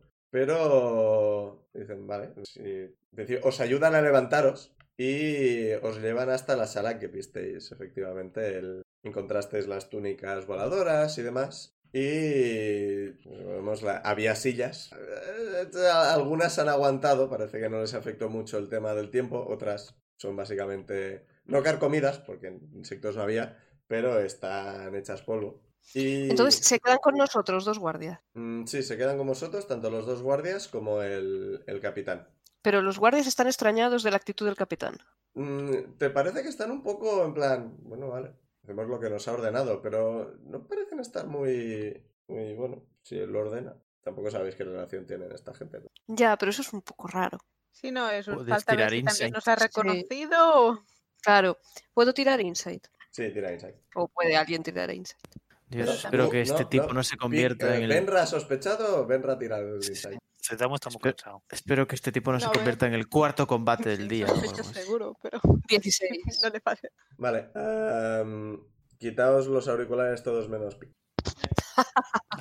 pero dicen, vale, pues si- es decir, os ayudan a levantaros y os llevan hasta la sala que visteis, efectivamente, el, encontrasteis las túnicas voladoras y demás. Y pues, vemos la- había sillas. Eh, Algunas han aguantado, parece que no les afectó mucho el tema del tiempo. Otras son básicamente no carcomidas, porque insectos no había, pero están hechas polvo. Y... Entonces, se quedan con nosotros dos guardias. Mm, sí, se quedan con vosotros, tanto los dos guardias como el, el capitán. Pero los guardias están extrañados de la actitud del capitán. Mm, ¿Te parece que están un poco en plan, bueno, vale, hacemos lo que nos ha ordenado, pero no parecen estar muy, muy bueno, si él lo ordena. Tampoco sabéis qué relación tienen esta gente. ¿no? Ya, pero eso es un poco raro. Si no, es un Puedes falta ver tirar si insight. también nos ha Sí. reconocido. o- Claro, ¿puedo tirar insight? Sí, tira insight. ¿O puede alguien tirar insight? Yo Pero espero no, que este no, tipo no. no se convierta Pi- eh, en el... Benra sospechado, Benra tira el insight. Zetamu está muy Espera. cansado. Espero que este tipo no, se No, convierta en el cuarto combate del día. o algo Sospecho así. seguro, pero 16. (laughs) (laughs) no le pasa. Vale. ehm, quitaos los auriculares todos menos Pi.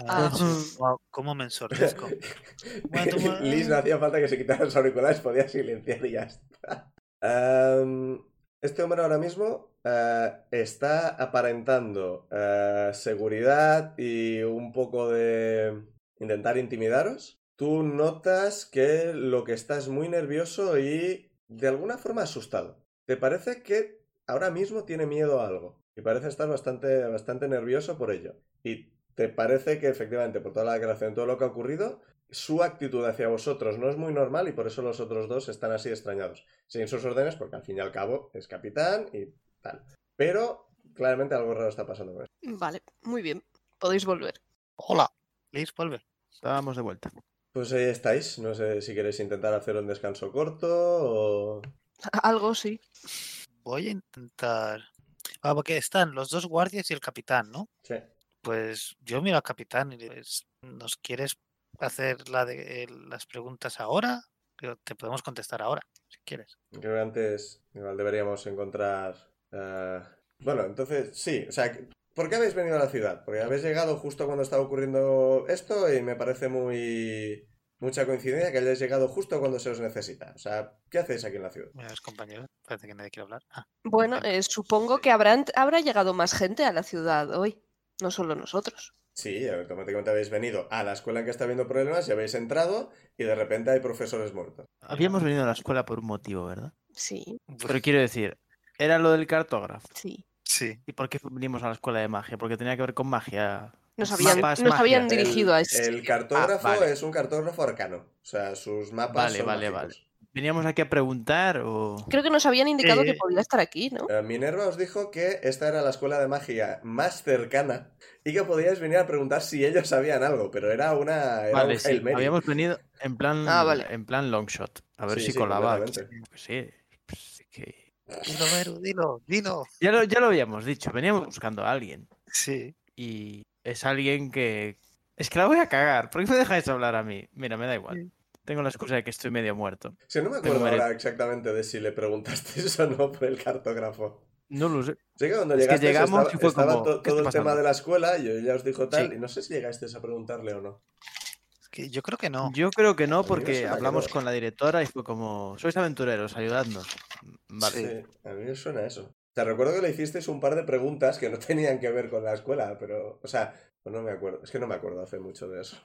Ah, wow, ¿Cómo me ensordezco? Bueno, tú- (laughs) Liz no hacía falta que se quitaran los auriculares, podía silenciar y ya está. Ehm, este hombre ahora mismo eh, está aparentando eh, seguridad y un poco de intentar intimidaros. Tú notas que lo que estás muy nervioso y de alguna forma asustado. Te parece que ahora mismo tiene miedo a algo y parece estar bastante, bastante nervioso por ello. Y te parece que efectivamente, por toda la declaración, todo lo que ha ocurrido, su actitud hacia vosotros no es muy normal y por eso los otros dos están así extrañados. Siguen sus órdenes porque al fin y al cabo es capitán y tal. Pero claramente algo raro está pasando con él. Vale, muy bien. Podéis volver. Hola. Liz, vuelve. Estábamos de vuelta. Pues ahí estáis. No sé si queréis intentar hacer un descanso corto o... (laughs) Algo sí. Voy a intentar. Ah, porque están los dos guardias y el capitán, ¿no? Sí. Pues yo miro al capitán y le digo, "Es- ¿nos quieres hacer la de, las preguntas ahora? Digo, Te podemos contestar ahora, si quieres. Creo que antes igual deberíamos encontrar... eh, Bueno, entonces sí. O sea, ¿por qué habéis venido a la ciudad? Porque habéis llegado justo cuando estaba ocurriendo esto y me parece muy... Mucha coincidencia que hayáis llegado justo cuando se os necesita. O sea, ¿qué hacéis aquí en la ciudad? Mira, los compañeros, parece que nadie quiere hablar. Ah, Bueno, Vale. eh, supongo que habrán, habrá llegado más gente a la ciudad hoy. No solo nosotros. Sí, automáticamente habéis venido a la escuela en que está habiendo problemas y habéis entrado y de repente hay profesores muertos. Habíamos venido a la escuela por un motivo, ¿verdad? Sí, Pero quiero decir, era lo del cartógrafo. sí. sí. ¿Y por qué vinimos a la escuela de magia? Porque tenía que ver con magia. Nos Los habían, mapas nos magia. habían El- dirigido a este. El cartógrafo Ah, vale. es un cartógrafo arcano. O sea, sus mapas Vale, son vale, mágicos. ¿Veníamos aquí a preguntar o...? Creo que nos habían indicado que Eh, podía estar aquí, ¿no? Eh, Minerva os dijo que esta era la escuela de magia más cercana y que podíais venir a preguntar si ellos sabían algo, pero era una... Era Vale, un sí, Hail Mary. habíamos venido en plan, Ah, vale. en plan long shot. A ver Sí, si sí, colaba. aquí. completamente. Pues sí, pues es que- Dilo, Beru, dilo, dilo. Ya, lo, ya lo habíamos dicho, veníamos buscando a alguien. Sí. Y es alguien que... Es que la voy a cagar. ¿Por qué me dejáis hablar a mí? Mira, me da igual. Tengo la excusa de que estoy medio muerto. Sí, no me acuerdo Pero merece- ahora exactamente de si le preguntasteis (laughs) o no por el cartógrafo. No lo sé. Sí, que cuando Es que llegasteis llegamos estaba, y fue estaba como, to- ¿qué está todo el tema pasando? de la escuela y ella os dijo tal Sí. y no sé si llegasteis a preguntarle o no. Es que yo creo que no. Yo creo que A no, mí me porque suena que hablamos no. con la directora y fue como, sois aventureros, ayudadnos. Vale. Sí, a mí me suena eso. Te recuerdo que le hicisteis un par de preguntas que no (laughs) tenían que ver con la escuela, pero, o sea, pues no me acuerdo. Es que no me acuerdo hace mucho de eso.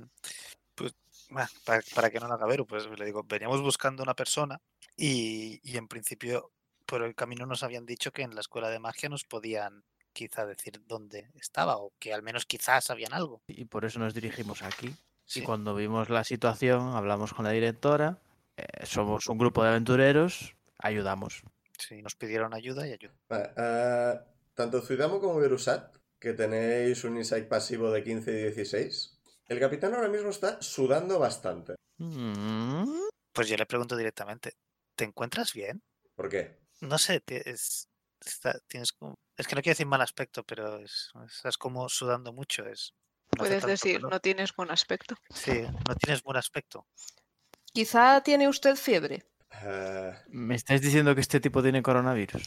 Ah, Para, para que no la haga Beru, pues le digo, veníamos buscando una persona y, y en principio por el camino nos habían dicho que en la escuela de magia nos podían quizá decir dónde estaba o que al menos quizás sabían algo. Y por eso nos dirigimos aquí. Sí. Y cuando vimos la situación, hablamos con la directora, eh, somos un grupo de aventureros, ayudamos. Sí, nos pidieron ayuda y ayuda. Vale, ah, tanto Zuidamo como Virusat, que tenéis un insight pasivo de 15 y 16, el capitán ahora mismo está sudando bastante. Mm, Pues yo le pregunto directamente, ¿te encuentras bien? ¿Por qué? No sé, te- es, está- tienes como- es que no quiero decir mal aspecto, pero es- estás como sudando mucho. Es, no hace Puedes tanto decir, calor. no tienes buen aspecto. Sí, no tienes buen aspecto. Quizá tiene usted fiebre. Ah, ¿Me estáis diciendo que este tipo tiene coronavirus?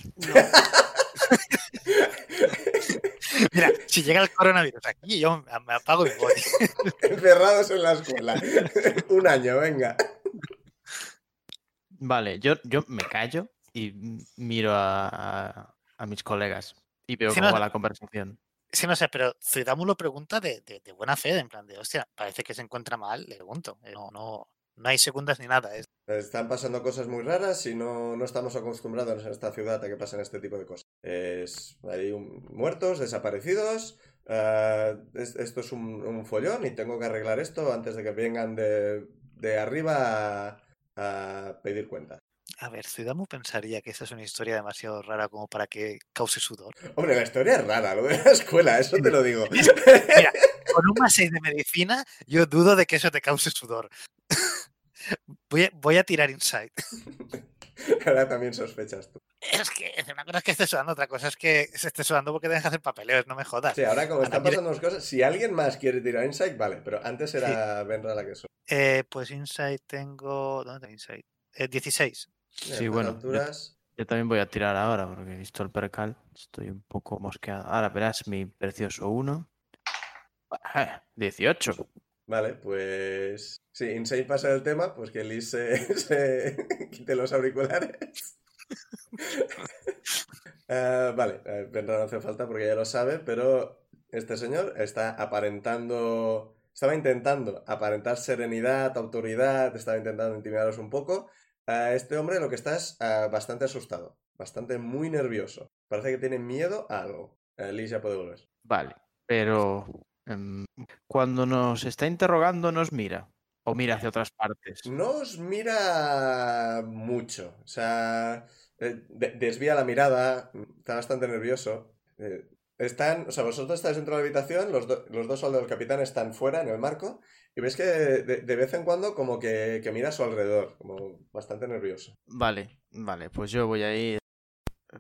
Mira, si llega el coronavirus aquí, yo me apago y me voy. (laughs) encerrados en la escuela. (laughs) un año, venga. Vale, yo, yo me callo y m- miro a, a- a mis colegas y veo Sí, cómo no- va la conversación. Sí, no sé, pero Zuidamu lo pregunta de, de- de buena fe, de en plan de, hostia, parece que se encuentra mal, le pregunto. eh, No, no, no hay segundas ni nada. Es, Están pasando cosas muy raras y no, no estamos acostumbrados en esta ciudad a que pasen este tipo de cosas. Es- hay un- muertos, desaparecidos. ah, es- esto es un, un follón y tengo que arreglar esto antes de que vengan de, de arriba a, a pedir cuenta. a ver, Zuidamu pensaría que esa es una historia demasiado rara como para que cause sudor. Hombre, la historia es rara, lo de la escuela, eso te lo digo. (laughs) Con un más 6 de medicina, yo (laughs) dudo de que eso te cause sudor. Voy a, voy a tirar insight. Ahora también sospechas tú. (laughs) Es que una cosa es que esté sudando, otra cosa es que se esté sudando porque dejas hacer papeleos, no me jodas. Sí, ahora como Ana, están mire- pasando las cosas, si alguien más quiere tirar Insight, vale, pero antes era Benra la que su. Eh, pues Insight tengo. ¿Dónde tengo Insight? Eh, 16. Mira, Sí, estas bueno, yo- alturas- Yo también voy a tirar ahora porque he visto el percal. Estoy un poco mosqueado. Ahora verás mi precioso Ah, 1. 18. Vale, pues. Sí, Insight pasa del tema, pues que Liz se, (laughs) se quite los auriculares. Ah, vale, eh, Benra no hace falta porque ya lo sabe, pero este señor está aparentando. Estaba intentando aparentar serenidad, autoridad, estaba intentando intimidaros un poco. A este hombre lo que está es ah, bastante asustado, bastante muy nervioso. Parece que tiene miedo a algo. Eh, Liz ya puede volver. Vale, pero em, cuando nos está interrogando nos mira. O mira hacia otras partes. No os mira mucho. O sea, eh, de- desvía la mirada, está bastante nervioso. Eh, están, o sea, vosotros estáis dentro de la habitación, los, do- los dos soldados del capitán están fuera en el marco, y ves que de, de vez en cuando como que, que mira a su alrededor, como bastante nervioso. (laughs) Vale, vale, pues yo voy a ir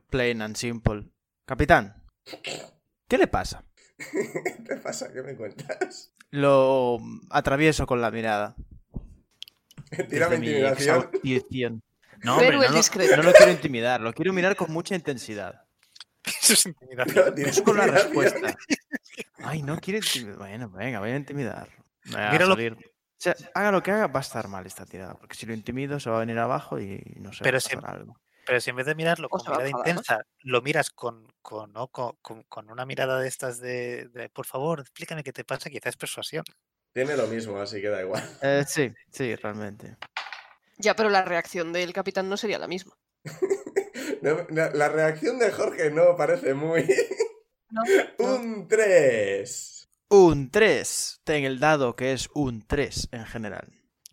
plain and simple. Capitán, ¿qué le pasa? ¿Qué te pasa? ¿Qué me cuentas? Lo mm, atravieso con la mirada. Tira desde mi intimidación. exhaustición. No, hombre, Pero no, el lo- discreto. no lo quiero intimidar, lo quiero mirar con mucha intensidad. (laughs) Eso es (laughs) intimidación. (laughs) Tira Busco la intimidación. respuesta. Ay, no quiere intimidar. Bueno, venga, voy a intimidar. Me va a Míralo. salir. O sea, haga lo que haga, va a estar mal esta tirada. Porque si lo intimido, se va a venir abajo y no sé. Pero va a si- pasar algo. Pero si en vez de mirarlo O con se va a mirada enfadar, ¿no? intensa, lo miras con, con, ¿no? con, con- con una mirada de estas de, de, por favor, explícame qué te pasa, quizás es persuasión. Tiene lo mismo, así que da igual. Eh, sí, sí, realmente. Ya, pero la reacción del capitán no sería la misma. No, no, la reacción de Jorge no parece muy... (laughs) (laughs) No, Un 3. Un 3. Ten el dado que es un 3 en general.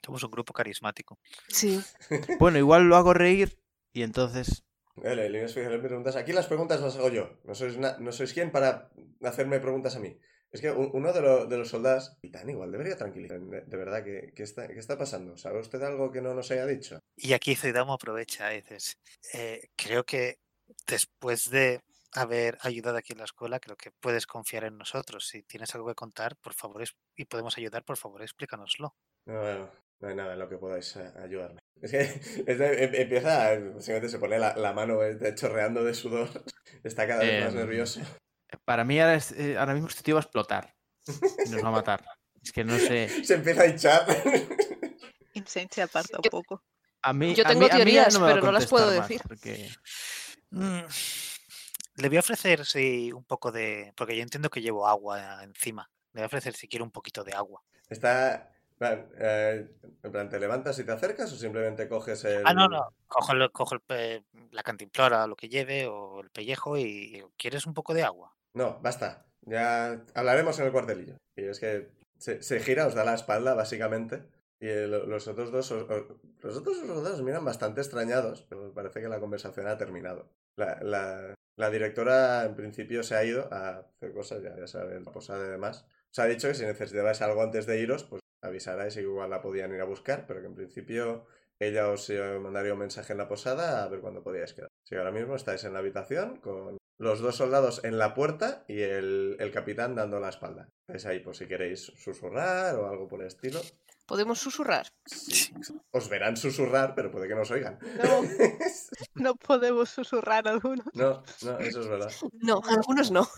Somos un grupo carismático. Sí. Bueno, igual lo hago reír y entonces. Vale, le voy a hacer preguntas. Aquí las preguntas las hago yo. No sois, na- no sois quien para hacerme preguntas a mí. Es que u- uno de, lo- de los soldados, tan igual, debería tranquilizar. De, de verdad, ¿qué, qué está, ¿qué está pasando? ¿Sabe usted algo que no nos haya dicho? Y aquí Zoidamo aprovecha y dices, "Eh, creo que después de haber ayudado aquí en la escuela, creo que puedes confiar en nosotros. Si tienes algo que contar, por favor, es- y podemos ayudar, por favor, explícanoslo. No, no, no hay nada en lo que podáis eh, ayudarme. (laughs) Es que es de- em- empieza, eh, básicamente se pone la, la mano eh, de- chorreando de sudor. (laughs) Está cada vez más Em, nervioso. (laughs) Para mí ahora, es- eh, ahora mismo este tío va a explotar. Y nos va a matar. Es que no sé. Se empieza a hinchar. (laughs) Insane se aparta un Yo- poco. A mí, Yo a mí- tengo a mí ya teorías, me va a pero no las puedo contestar más, decir. porque- Mm, Le voy a ofrecer, sí, un poco de... Porque yo entiendo que llevo agua encima. Le voy a ofrecer, si quiero, un poquito de agua. Está. plan, eh, en plan, ¿te levantas y te acercas o simplemente coges el. Ah, no, no. Cojo, el- cojo el pe- la cantimplora, lo que lleve, o el pellejo, y digo, ¿quieres un poco de agua? No, basta. Ya hablaremos en el cuartelillo. Y es que se, se gira, os da la espalda, básicamente. Y eh, lo- los otros dos os, os- los otros dos soldados os miran bastante extrañados, pero parece que la conversación ha terminado. La, la- la directora, en principio, se ha ido a hacer cosas, ya, ya sabe, la posada y demás. Os ha dicho que si necesitabais algo antes de iros, pues avisarais y igual la podían ir a buscar, pero que en principio ella os eh, mandaría un mensaje en la posada a ver cuándo podíais quedar. Si ahora mismo estáis en la habitación con los dos soldados en la puerta y el, el capitán dando la espalda. Estáis ahí por si queréis susurrar o algo por el estilo. Podemos susurrar. Sí. Os verán susurrar, pero puede que no os oigan. (laughs) No, no podemos susurrar alguno. No, no, eso es verdad. No, (laughs) algunos no.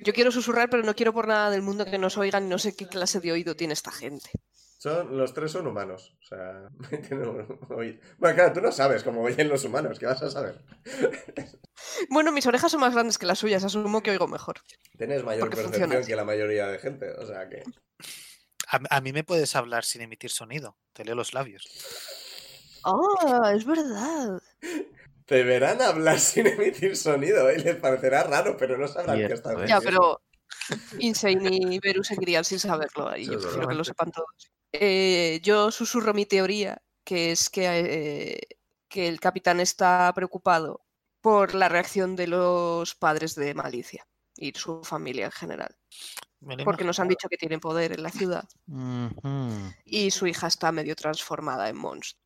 Yo quiero susurrar, pero no quiero por nada del mundo que nos oigan. No sé qué clase de oído tiene esta gente. Son, los tres son humanos. O sea, (laughs) tienen un oído. Bueno, claro, tú no sabes cómo oyen los humanos, ¿qué vas a saber? Bueno, mis orejas son más grandes que las suyas. Asumo que oigo mejor. Tienes mayor Porque percepción funciona así. que la mayoría de gente, o sea que. A, a mí me puedes hablar sin emitir sonido. Te leo los labios. Ah, es verdad. Te verán hablar (laughs) sin emitir sonido y les parecerá raro, pero no sabrán qué Cierto, estás ¿eh? diciendo. Ya, pero Insane y Beru seguirían sin saberlo. Y Eso yo es prefiero verdad. que lo sepan todos. Eh, yo susurro mi teoría, que es que, eh, que el capitán está preocupado por la reacción de los padres de Malicia y su familia en general. Me lo porque nos han imaginaba. dicho que tienen poder en la ciudad Ujú. y su hija está medio transformada en monstruo.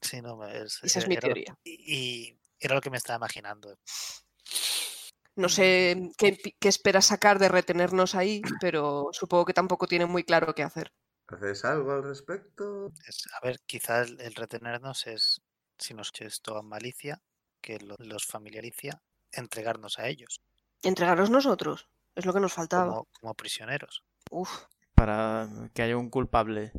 Sí, no, es, eh, Esa es mi era lo- teoría. Y, y era lo que me estaba imaginando. No sé qué, empi- qué espera sacar de retenernos ahí, pero supongo que tampoco tiene muy claro qué hacer. ¿Haces algo al respecto? Es- a ver, quizás el retenernos es, si nos esto a malicia, que lo- los familiaricia, entregarnos a ellos Entregaros nosotros. Es lo que nos faltaba. como, como prisioneros. Uf, Para que haya un culpable.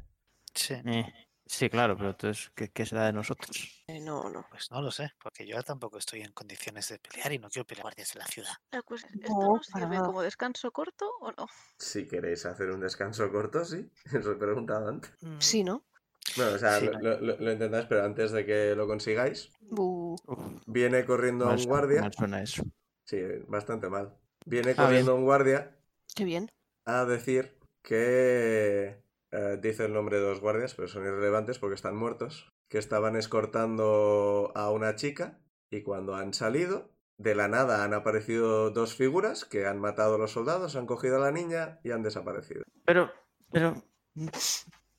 Sí, Eh, sí, claro, pero entonces, ¿qué, qué será de nosotros? eh, no, no. pues no lo sé, porque yo tampoco estoy en condiciones de pelear y no quiero pelear guardias en la ciudad. La cosa es, ¿esto No, nos para sirve nada. como descanso corto o no? Si queréis hacer un descanso corto, sí. (laughs) Os lo he preguntado antes. Mm, Sí, ¿no? Bueno, o sea, Sí, lo, no. lo- lo intentáis, pero antes de que lo consigáis, Bu. Uf, viene corriendo a mal un su- guardia. mal suena eso. Sí, bastante mal. Viene Ah, bien. corriendo un guardia Qué bien. a decir que eh, dice el nombre de dos guardias, pero son irrelevantes porque están muertos, que estaban escortando a una chica y cuando han salido, de la nada han aparecido dos figuras que han matado a los soldados, han cogido a la niña y han desaparecido. Pero, pero,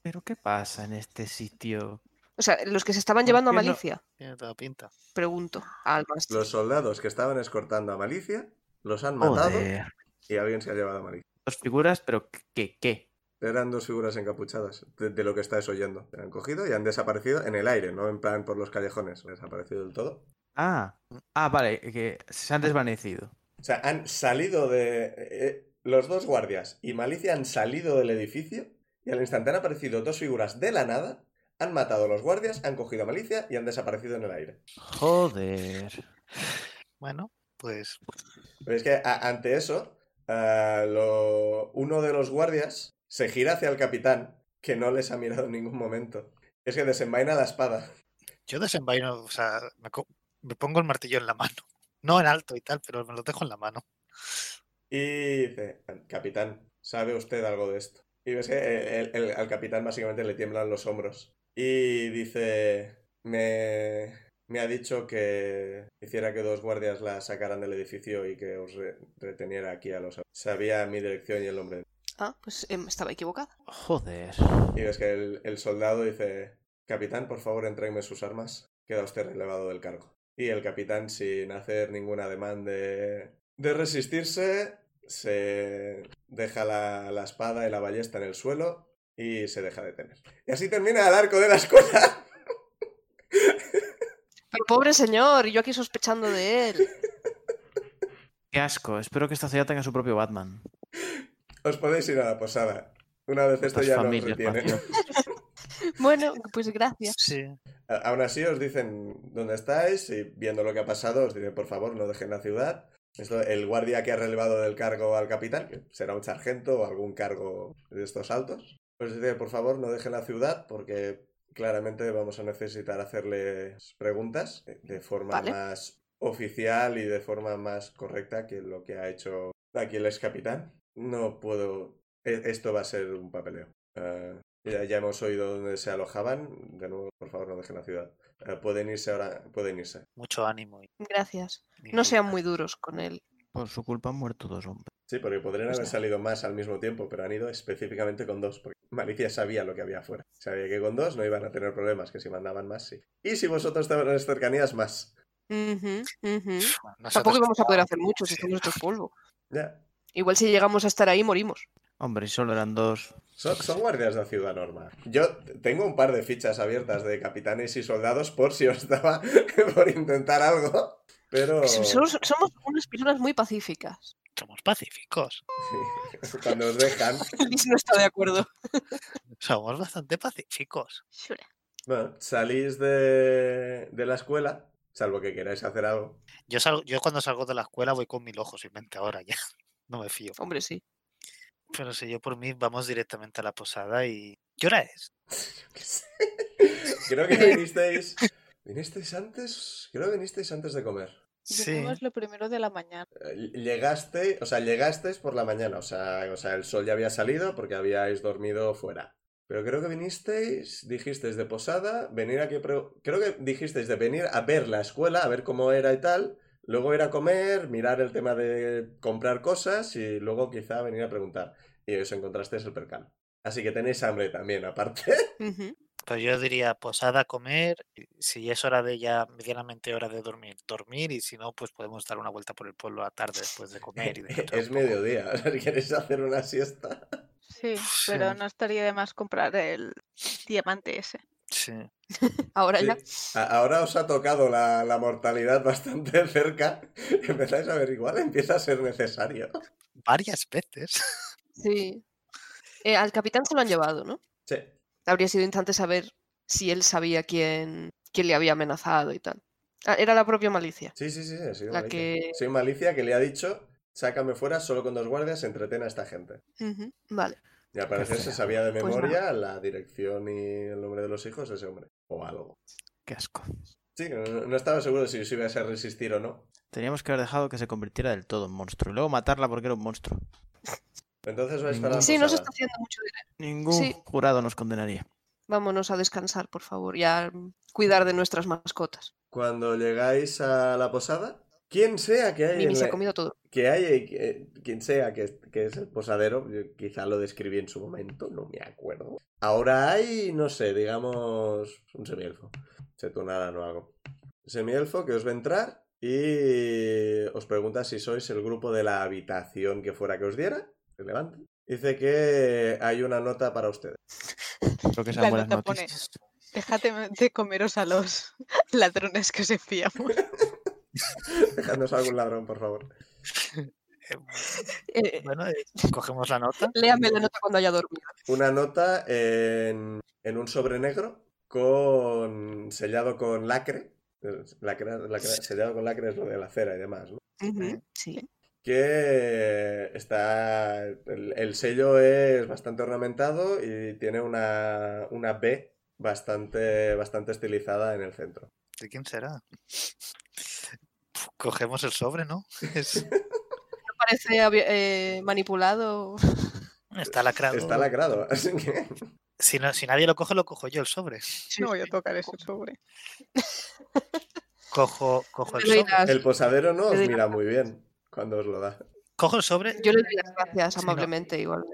pero, ¿qué pasa en este sitio? O sea, los Pues que se estaban ¿Por llevando a qué no? Malicia, Mm, Tiene toda pinta. pregunto al máster. Los soldados que estaban escortando a Malicia los han matado Joder, y alguien se ha llevado a Malicia. dos figuras, pero ¿qué? ¿Qué? Eran dos figuras encapuchadas, de, de lo que estáis oyendo. Se han cogido y han desaparecido en el aire, no en plan por los callejones. Han desaparecido del todo. Ah, ah, vale, que se han desvanecido. O sea, han salido de. eh, eh, los dos guardias y Malicia han salido del edificio y al instante han aparecido dos figuras de la nada, han matado a los guardias, han cogido a Malicia y han desaparecido en el aire. Joder. Bueno, pues Pero es que a- ante eso, ah, lo- uno de los guardias se gira hacia el capitán, que no les ha mirado en ningún momento. Es que desenvaina la espada. yo desenvaino, o sea, me, co- me pongo el martillo en la mano. (laughs) No en alto y tal, pero me lo dejo en la mano. Y dice, capitán, ¿sabe usted algo de esto? Y ves que eh, el- el- al capitán básicamente le tiemblan los hombros. Y dice, me, me ha dicho que hiciera que dos guardias la sacaran del edificio y que os re- reteniera aquí a los... Sabía mi dirección y el nombre. Ah, pues em, estaba equivocada. Joder. Y ves que el, el soldado dice, capitán, por favor, entrégueme sus armas. Queda usted relevado del cargo. Y el capitán, sin hacer ningún ademán de, de resistirse, se deja la, la espada y la ballesta en el suelo y se deja detener. Y así termina el arco de (laughs) la escuela. Pero pobre señor, y yo aquí sospechando de (laughs) él. Qué asco. Espero que esta ciudad tenga su propio Batman. Os podéis ir a la posada. Una vez esto Estas ya no os familias retienen. mafiosas. Bueno, pues gracias. Sí, A- Aún así os dicen dónde estáis y viendo lo que ha pasado os dicen por favor no dejen la ciudad. Esto, el guardia que ha relevado del cargo al capitán, que será un sargento o algún cargo de estos altos, os dice por favor no dejen la ciudad porque claramente vamos a necesitar hacerles preguntas eh, de- de forma Vale. más oficial y de forma más correcta que lo que ha hecho aquí el ex capitán. No puedo... e- Esto va a ser un papeleo. Eh, ya, ya hemos oído dónde se alojaban. De nuevo, por favor, no dejen la ciudad. Eh, pueden irse ahora, pueden irse. mucho ánimo. y- Gracias. y No sean lucha. muy duros con él. Por su culpa han muerto dos hombres. Sí, porque podrían O haber sea- salido más al mismo tiempo, pero han ido específicamente con dos, porque Malicia sabía lo que había afuera. Sabía que con dos no iban a tener problemas, que si mandaban más, sí. Y si vosotros estaban en las cercanías, más. Ujú, ujú. Nosotros ¿eh? Tampoco vamos a poder estábamos- hacer mucho sí. si estamos hechos polvo. Ya. Igual si llegamos a estar ahí, morimos. Hombre, y solo eran dos. Son, son guardias de la ciudad normal. Yo t- tengo un par de fichas abiertas de capitanes y soldados por si os daba (laughs) por intentar algo. Pero Somos, somos unas personas muy pacíficas. Somos pacíficos. (laughs) cuando os dejan. Liz (laughs) no está de acuerdo. Somos bastante pacíficos. Shura. Bueno, salís de, de la escuela, salvo que queráis hacer algo. Yo, salgo, yo cuando salgo de la escuela voy con mil ojos en mente ahora ya. (laughs) No me fío. Hombre, sí. Pero si yo por mí vamos directamente a la posada y... ¿Qué hora es? Creo que vinisteis. ¿Vinisteis antes? Creo que vinisteis antes de comer. Llegamos lo primero de la mañana. Eh, Llegaste, o sea, llegasteis por la mañana, o sea, o sea, el sol ya había salido porque habíais dormido fuera. Pero creo que vinisteis, dijisteis de posada, venir aquí, pre- creo que dijisteis de venir a ver la escuela, a ver cómo era y tal, luego ir a comer, mirar el tema de comprar cosas y luego quizá venir a preguntar. Y os encontrasteis el percal. Así que tenéis hambre también, aparte. Ujú. Pues yo diría posada, comer, y si es hora de ya medianamente hora de dormir, dormir y si no, pues podemos dar una vuelta por el pueblo a tarde después de comer. (laughs) Y descansar Es un poco. mediodía, (laughs) ¿quieres hacer una siesta? Sí, pero no estaría de más comprar el diamante ese. Sí. Ahora Sí. ya. A- Ahora os ha tocado la, la mortalidad (laughs) bastante cerca. Empezáis a ver, igual empieza a ser necesario. Varias veces. (laughs) Sí. Eh, al capitán se lo han llevado, ¿no? Sí. Habría sido interesante saber si él sabía quién, quién le había amenazado y tal. Ah, era la propia malicia. Sí, sí, sí, sí, soy La malicia. que- Soy malicia que le ha dicho, sácame fuera solo con dos guardias, entretén a esta gente. Ujú, Vale. Y al parecer se fea. sabía de Pues nada. memoria la dirección y el nombre de los hijos de ese hombre. O algo. Qué asco. Sí, no, no estaba seguro de si se iba a resistir o no. Teníamos que haber dejado que se convirtiera del todo en monstruo y luego matarla porque era un monstruo. Entonces vais para la Mm. Sí, no se posada. está haciendo mucho dinero. Ningún Sí. jurado nos condenaría. Vámonos a descansar, por favor, y a mm, cuidar de nuestras mascotas. Cuando llegáis a la posada, quien sea que hay Mimi en se ha la- comido todo. que haya y que- quien sea que, que es el posadero, yo quizá lo describí en su momento, no me acuerdo. Ahora hay, no sé, digamos, un semielfo. Setunara no hago. Semielfo que os va a entrar y os pregunta si sois el grupo de la habitación que fuera que os diera. Se levanta. Dice que hay una nota para ustedes. (laughs) Creo que sean La buenas nota pone- noticias. Dejad de comeros a (laughs) los ladrones que os enviamos. Dejadnos algún ladrón, por favor. Eh, Eh, Bueno, eh, cogemos la nota. léame la nota cuando haya dormido. Una nota en, en un sobre negro con sellado con lacre. Eh, lacra- lacra- sellado con lacre es lo de la cera y demás, ¿no? Ujú, Sí. Que está. El, el sello es bastante ornamentado y tiene una, una B bastante, bastante estilizada en el centro. ¿De quién será? Pf, Cogemos el sobre, ¿no? (laughs) Es- No parece habi- eh, manipulado. está lacrado. Está lacrado, (laughs) así que. Si, no- si nadie lo coge, lo cojo yo el sobre. No voy a tocar eso sobre. Cojo, cojo Pues (laughs) el Pero sobre. irás- El posadero no os mira muy bien cuando os lo da. Cojo el sobre, Yo le doy las gracias Sí, no. amablemente, igual.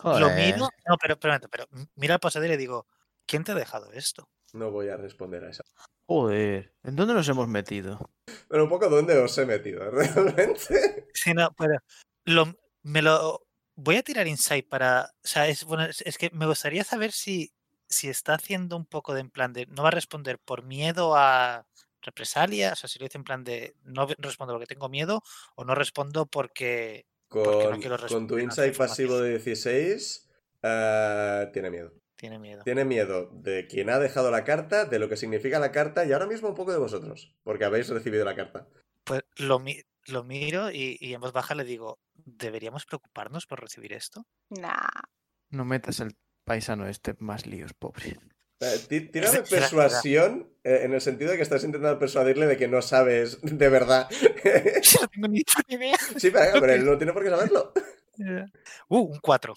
Pues lo Joder. miro. No, pero, pero, un momento, pero mira al posadero y digo, ¿quién te ha dejado esto? (laughs) No voy a responder a esa. Joder, ¿en dónde nos hemos metido? Pero un poco dónde os he metido, (laughs) realmente. Si no, pero lo, me lo voy a tirar insight para. O sea, es, bueno, es, es que me gustaría saber si, si está haciendo un poco de en plan de. No va a responder por miedo a represalias. O sea, si lo dice en plan de no ve- respondo porque tengo miedo, o no respondo porque. Porque no Con, quiero con tu responder a esa insight pasivo de 16, ah, tiene miedo. Tiene miedo. Tiene miedo de quien ha dejado la carta, de lo que significa la carta y ahora mismo un poco de vosotros, porque habéis recibido la carta. Pues lo, mi- lo miro y, y en voz baja le digo, ¿deberíamos preocuparnos por recibir esto? (laughs) Nah. No metas al paisano este más líos, pobre. Eh, (laughs) ti- Tírame Espera, espera. persuasión eh, en el sentido de que estás intentando persuadirle de que no sabes de verdad. no tengo ni puta idea. sí, (laughs) pero, pero él no tiene por qué saberlo. Uh, un 4,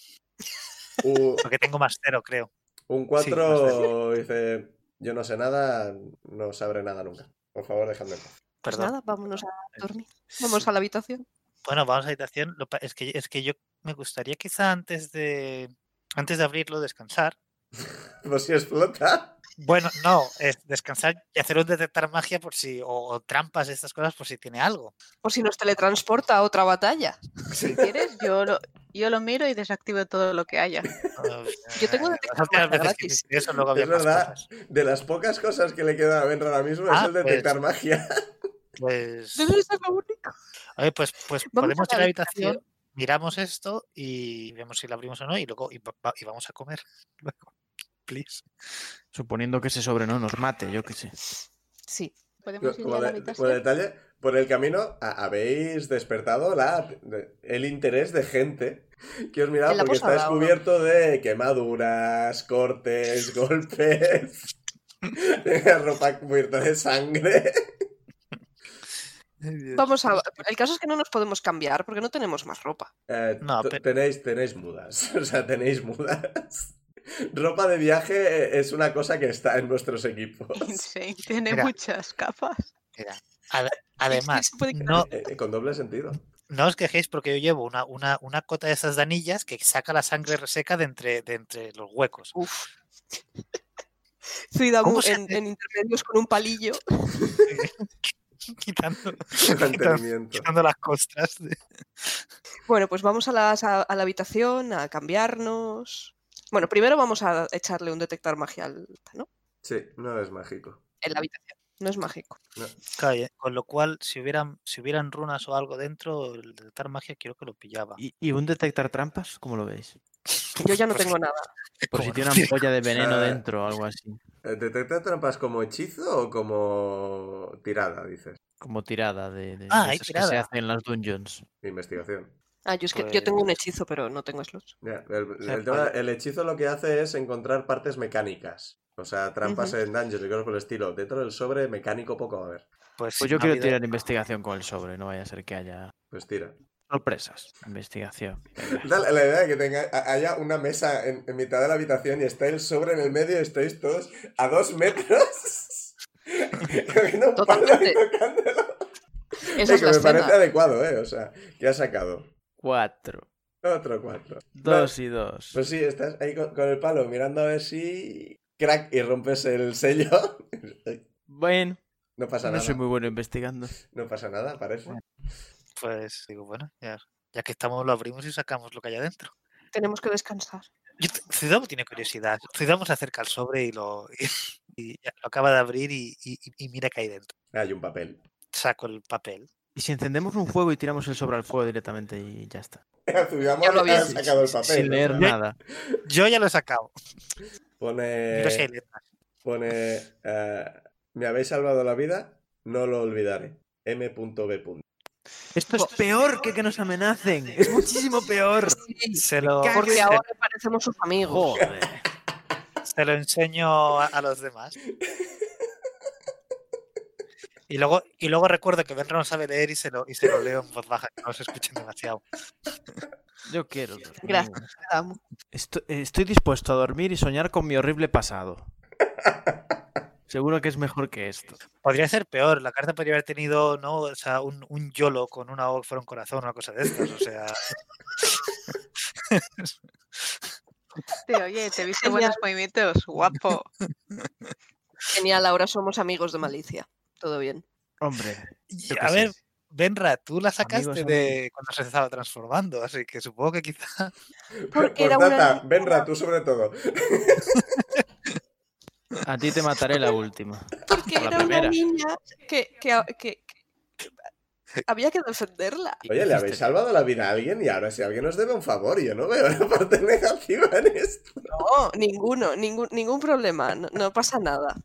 U- porque tengo más 0, creo. un más 4 dice, yo no sé nada, no sabré nada nunca. Por favor, dejadme. en paz". (laughs) Pues Perdón. nada, vámonos a dormir. Sí. Vamos a la habitación. Bueno, vamos a la habitación. Lo pa- es, que, es que yo me gustaría quizá antes de antes de abrirlo descansar. Por Pues si explota. Bueno, no, es descansar y hacer un detectar magia por si o, o trampas estas cosas por si tiene algo. Por si nos teletransporta a otra batalla. Si quieres, yo lo, yo lo miro y desactivo todo lo que haya. (laughs) Yo Eh, tengo detectar las últimas magia veces que gratis. hice eso, luego había Es más verdad. cosas. De las pocas cosas que le queda a Benra ahora mismo es Ah, el detectar magia. Pues, Debe ser lo único. oye, pues, pues Vamos podemos ir a a la la habitación, miramos esto y vemos si la abrimos o no y luego y, va- va- y vamos a comer. (laughs) Luego, please. Suponiendo que ese sobre no nos mate, yo qué sé. Sí. Como, Podemos ir ya a la de- como habitación. detalle, por el camino ha- habéis despertado la, de- el interés de gente que os miraba En la porque está posada, ¿o no? descubierto de quemaduras, cortes, golpes, (laughs) ropa cubierta de sangre. Vamos a. El caso es que no nos podemos cambiar porque no tenemos más ropa. Eh, No, t- pero- tenéis, tenéis mudas, (laughs) o sea, tenéis mudas. Ropa de viaje eh, es una cosa que está en vuestros equipos. (laughs) Insane. Tiene Mira. muchas capas. Ad- Además, se puede no, Eh, eh, con (laughs) doble sentido. No os quejéis porque yo llevo una, una, una cota de esas danillas que saca la sangre reseca de entre, de entre los huecos. Uf. Zuidamu ¿Cómo se en, hace? en intermedios con un palillo. (laughs) (laughs) quitando, quitando, Mantenimiento. quitando las costras. de- Bueno, pues vamos a, las- a- a la habitación a cambiarnos. Bueno, primero vamos a echarle un detectar magia al- ¿no? Sí, no es mágico. en la habitación. No es mágico. Claro, y- Con lo cual, si hubieran, si hubieran runas o algo dentro, el detectar magia creo que lo pillaba. ¿Y, y un detectar trampas? ¿Cómo lo veis? Yo ya no Pues, tengo nada. Por si ¿Cómo tiene no? una ampolla de veneno Ah. dentro o algo así. Eh, ¿Detectar trampas como hechizo o como tirada, dices? Como tirada de, de- Ah, de hay esas que se tirada. hacen en las dungeons. Pues Investigación. Ah, yo es que yo tengo Pues- un hechizo, pero no tengo slots. Ya, el, sea, el tema- para- el hechizo lo que hace es encontrar partes mecánicas. O sea, trampas en dungeons y cosas por el estilo. Dentro del sobre mecánico poco va a haber. (laughs) Pues, Pues si no yo ha quiero habido- tirar investigación con el sobre, no vaya a ser que haya Pues tira. sorpresas. Investigación. venga. Dale la idea de que tenga, ha- haya una mesa en, en mitad de la habitación y está el sobre en el medio y estáis todos a dos metros. (laughs) cogiendo un palo y Totalmente. tocándolo. Esa Eh, es que la me escena. parece adecuado, ¿eh? O sea, que ha sacado. Cuatro. Otro cuatro. Dos y dos. Pues sí, estás ahí con, con el palo mirando a ver si. Crack y rompes el sello. (laughs) Bueno, No pasa no nada. soy muy bueno investigando. No pasa nada, parece. pues digo, bueno, ya, ya que estamos, lo abrimos y sacamos lo que hay adentro. Tenemos que descansar. Yo te- Zuidamu tiene curiosidad. Zuidamu se acerca al sobre y lo, (laughs) y ya lo acaba de abrir y, y- y mira que hay dentro. Hay un papel. Saco el papel. Y si encendemos un fuego y tiramos el sobre al fuego directamente y ya está. Azuyama Ya lo había ha sacado el papel. Sin ¿no? leer nada. Yo ya lo he sacado. Miro Eh, si hay Pone. letras. Pone. eh, Me habéis salvado la vida, no lo olvidaré. M.B. Esto es peor que que nos amenacen. Es muchísimo peor. Se lo, Porque se- ahora parecemos sus amigos. Joder. se lo enseño a, a los (laughs) demás. Y luego, y luego recuerdo que Benra no sabe leer y se lo, y se lo leo en voz baja, que no se escuchen demasiado. Yo quiero. dormir. Gracias. Zuidamu. Esto- eh, estoy dispuesto a dormir y soñar con mi (laughs) horrible pasado. Seguro que es mejor que esto. Podría ser peor, la carta podría haber tenido, ¿no? O sea, un, un YOLO con una O que fuera un corazón, una cosa de estas. O (laughs) sea, Te, Este, oye, te he visto Genial. buenos movimientos, guapo. Genial, ahora somos amigos de malicia. Todo bien. Hombre, y- yo qué a sé. ver, Benra, tú la sacaste Amigos, de cuando se estaba transformando, así que supongo que quizá (laughs) Porque era Postdata, una- Pues Benra, tú sobre todo. a ti te mataré la última. Porque La era primera. una niña que, que- que- que había que defenderla. ¿Qué Oye, le habéis hiciste? salvado la vida a alguien y ahora si alguien os debe un favor, yo no veo (laughs) la parte negativa en esto. No, ninguno, ningún, ningún problema. No, no pasa nada.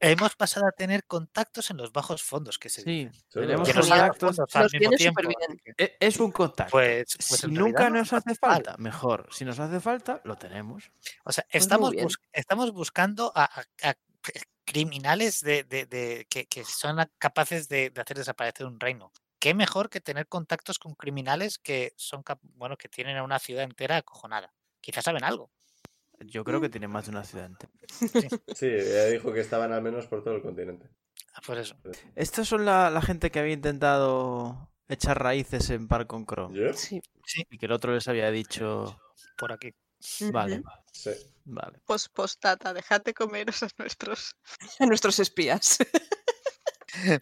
hemos pasado a tener contactos en los bajos fondos, que se dice. Sí, Eso es tenemos Que no verdad. son contactos. fondos al Nos mismo viene tiempo, súper bien. así que, E- Es un contacto. Pues, pues si en realidad nunca no nos hace mal. falta, mejor. Si nos hace falta, lo tenemos. O sea, muy estamos, bien. bus- estamos buscando a, a- a c- criminales de, de- de- que, que son a- capaces de, de hacer desaparecer un reino. Qué mejor que tener contactos con criminales que son cap- bueno que tienen a una ciudad entera acojonada. Quizás saben algo. Yo creo que tiene más de un accidente. Sí, ella dijo que estaban al menos por todo el continente. Ah, Pues eso. Estas son la, la gente que había intentado echar raíces en par con Chrome. ¿Yo? Sí. Y que el otro les había dicho, Por aquí. (laughs) vale, Ujú. Sí. vale. Post postata, dejad de (laughs) comeros a nuestros. A nuestros espías.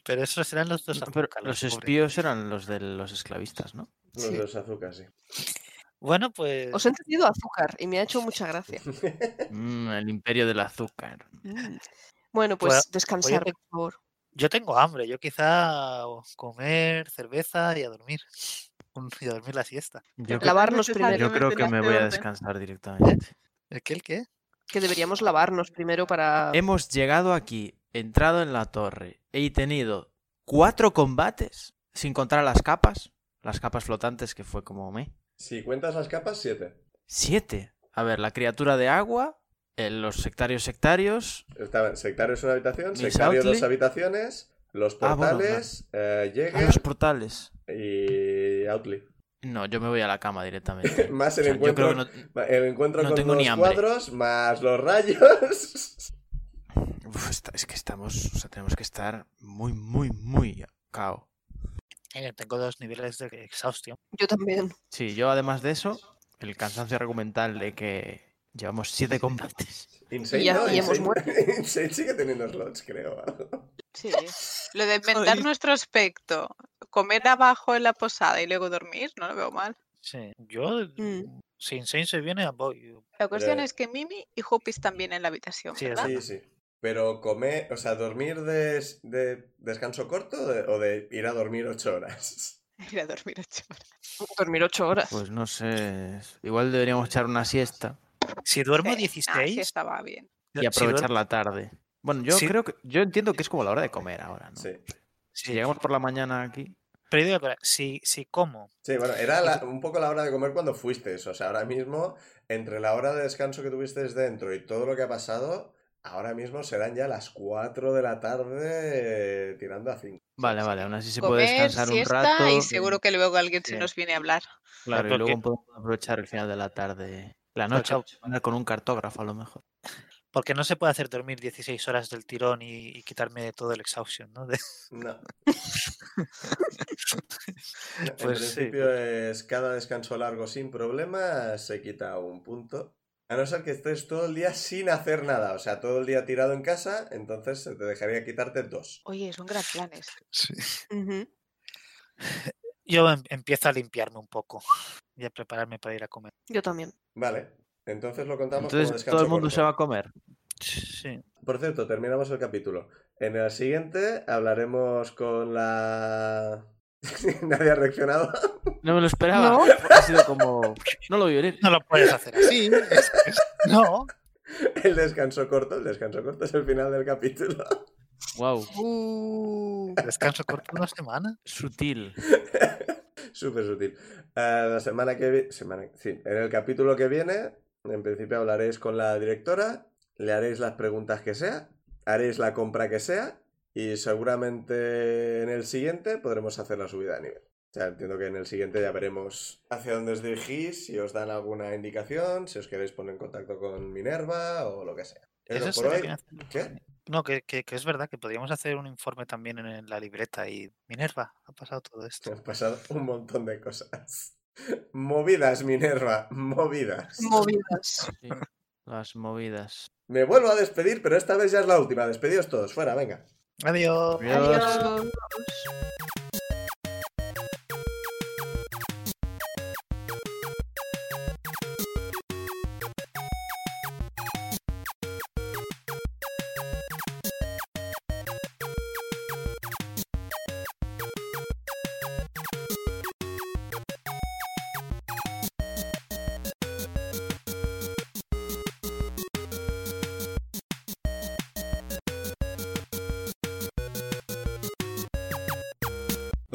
Pero esos serán los dos. No, pero azúcaros, los pobre. espíos eran los de los esclavistas, ¿no? Los Sí. dos azúcar, sí. Bueno, pues. Os he entendido azúcar y me ha hecho mucha gracia. Mm, el imperio del azúcar. Mm. Bueno, pues Bueno, descansar, por favor. Yo tengo hambre, yo quizá o comer cerveza y a dormir. (laughs) Un- Y a dormir la siesta. Yo, creo- (laughs) Lavarnos Yo primero. creo creo que me voy a orden. descansar directamente. ¿El qué? ¿El qué? Que deberíamos lavarnos primero para. (laughs) Hemos llegado aquí, entrado en la torre, he tenido cuatro combates, sin contar las capas, las capas flotantes que fue como me. (laughs) Si cuentas las capas, siete. Siete. A ver, la criatura de agua, eh, los sectarios sectarios, Estaban sectario es una habitación, Miss sectario dos Outley. habitaciones, los Ah, bueno, portales, eh, ah, Jäger los portales. y Outley. No, yo me voy a la cama (laughs) directamente. Más O el sea, yo creo encuentro, que no- el eh, encuentro no con tengo ni los hambre. cuadros, más los rayos. (laughs) Uf, está- es que estamos, o sea, tenemos que estar muy, muy, muy cao. Eh, tengo dos niveles de exhaustión. Yo también. Sí, yo además de eso, el cansancio argumental de que Llevamos siete combates. Insane, Y ya- ¿no? y hemos Ah. Insane- (laughs) Insane sigue teniendo slots, creo. Sí. Lo de inventar Ay. nuestro aspecto, comer abajo en la posada y luego dormir, no lo veo mal. Sí, yo, eh, Mm. si Insane se viene, voy. La cuestión Pero- es que Mimi y Hopis también en la habitación, Sí, ¿verdad? Sí, sí. Pero comer, o sea, dormir de, de descanso corto o de, o de ir a dormir ocho horas. (laughs) (laughs) Ir a dormir ocho horas. Dormir ocho horas. Pues no sé. Igual deberíamos echar una siesta Si duermo Sí, ah, sí 16, estaba bien. y si duer- aprovechar la tarde. Bueno, yo Sí. creo que. Yo entiendo que es como la hora de comer ahora, ¿no? Sí. Si llegamos por la mañana aquí. pero digo, si, si como, Sí, bueno, era la- un poco la hora de comer cuando fuiste eso. O sea, ahora mismo, entre la hora de descanso que tuviste dentro y todo lo que ha pasado, ahora mismo serán ya las 4 de la tarde eh, tirando a 5. Vale, vale, aún así se puede Comer, descansar un siesta rato. y seguro que luego alguien se Sí. nos viene a hablar. Claro, y Porque- luego podemos aprovechar el final de la tarde. La Porque- noche hablar con un cartógrafo a lo mejor. porque no se puede hacer dormir 16 horas del tirón y, y quitarme todo el exhaustion, ¿no? (laughs) De- No. en Pues sí, principio es cada descanso largo sin problema, se quita un punto. A no ser que estés todo el día sin hacer nada, o sea, todo el día tirado en casa, entonces se te dejaría quitarte dos. Oye, es un gran plan eso. Ujú. (laughs) Yo em- empiezo a limpiarme un poco y a prepararme para ir a comer. Yo también. Vale, entonces lo contamos como Entonces descanso todo el mundo corto. se va a comer. Sí. Por cierto, terminamos el capítulo. En el siguiente hablaremos con la... (laughs) Nadie ha reaccionado. No me lo esperaba. No. (laughs) Ha sido como. No lo vi (laughs) venir. No lo puedes hacer (laughs) así. es- es- no. El descanso corto, el descanso corto es el final del capítulo. Wow. Uh, Descanso corto una semana. Sutil. Súper sutil. Eh, la semana que viene... Sí, en el capítulo que viene, en principio hablaréis con la directora, le haréis las preguntas que sea, haréis la compra que sea y seguramente en el siguiente podremos hacer la subida de nivel. O sea, entiendo que en el siguiente ya veremos hacia dónde os dirigís, si os dan alguna indicación, si os queréis poner en contacto con Minerva o lo que sea. Eso, Eso por estaría hoy. bien ¿Qué? No, que, que- que es verdad que podríamos hacer un informe también en- en la libreta y Minerva, ha pasado todo esto. (laughs) Han pasado un montón de cosas. Movidas, Minerva, movidas. movidas. Sí. Las movidas. Me vuelvo a despedir, pero esta vez ya es la última. Despedidos todos, fuera, venga. Adiós. Adiós. Adiós.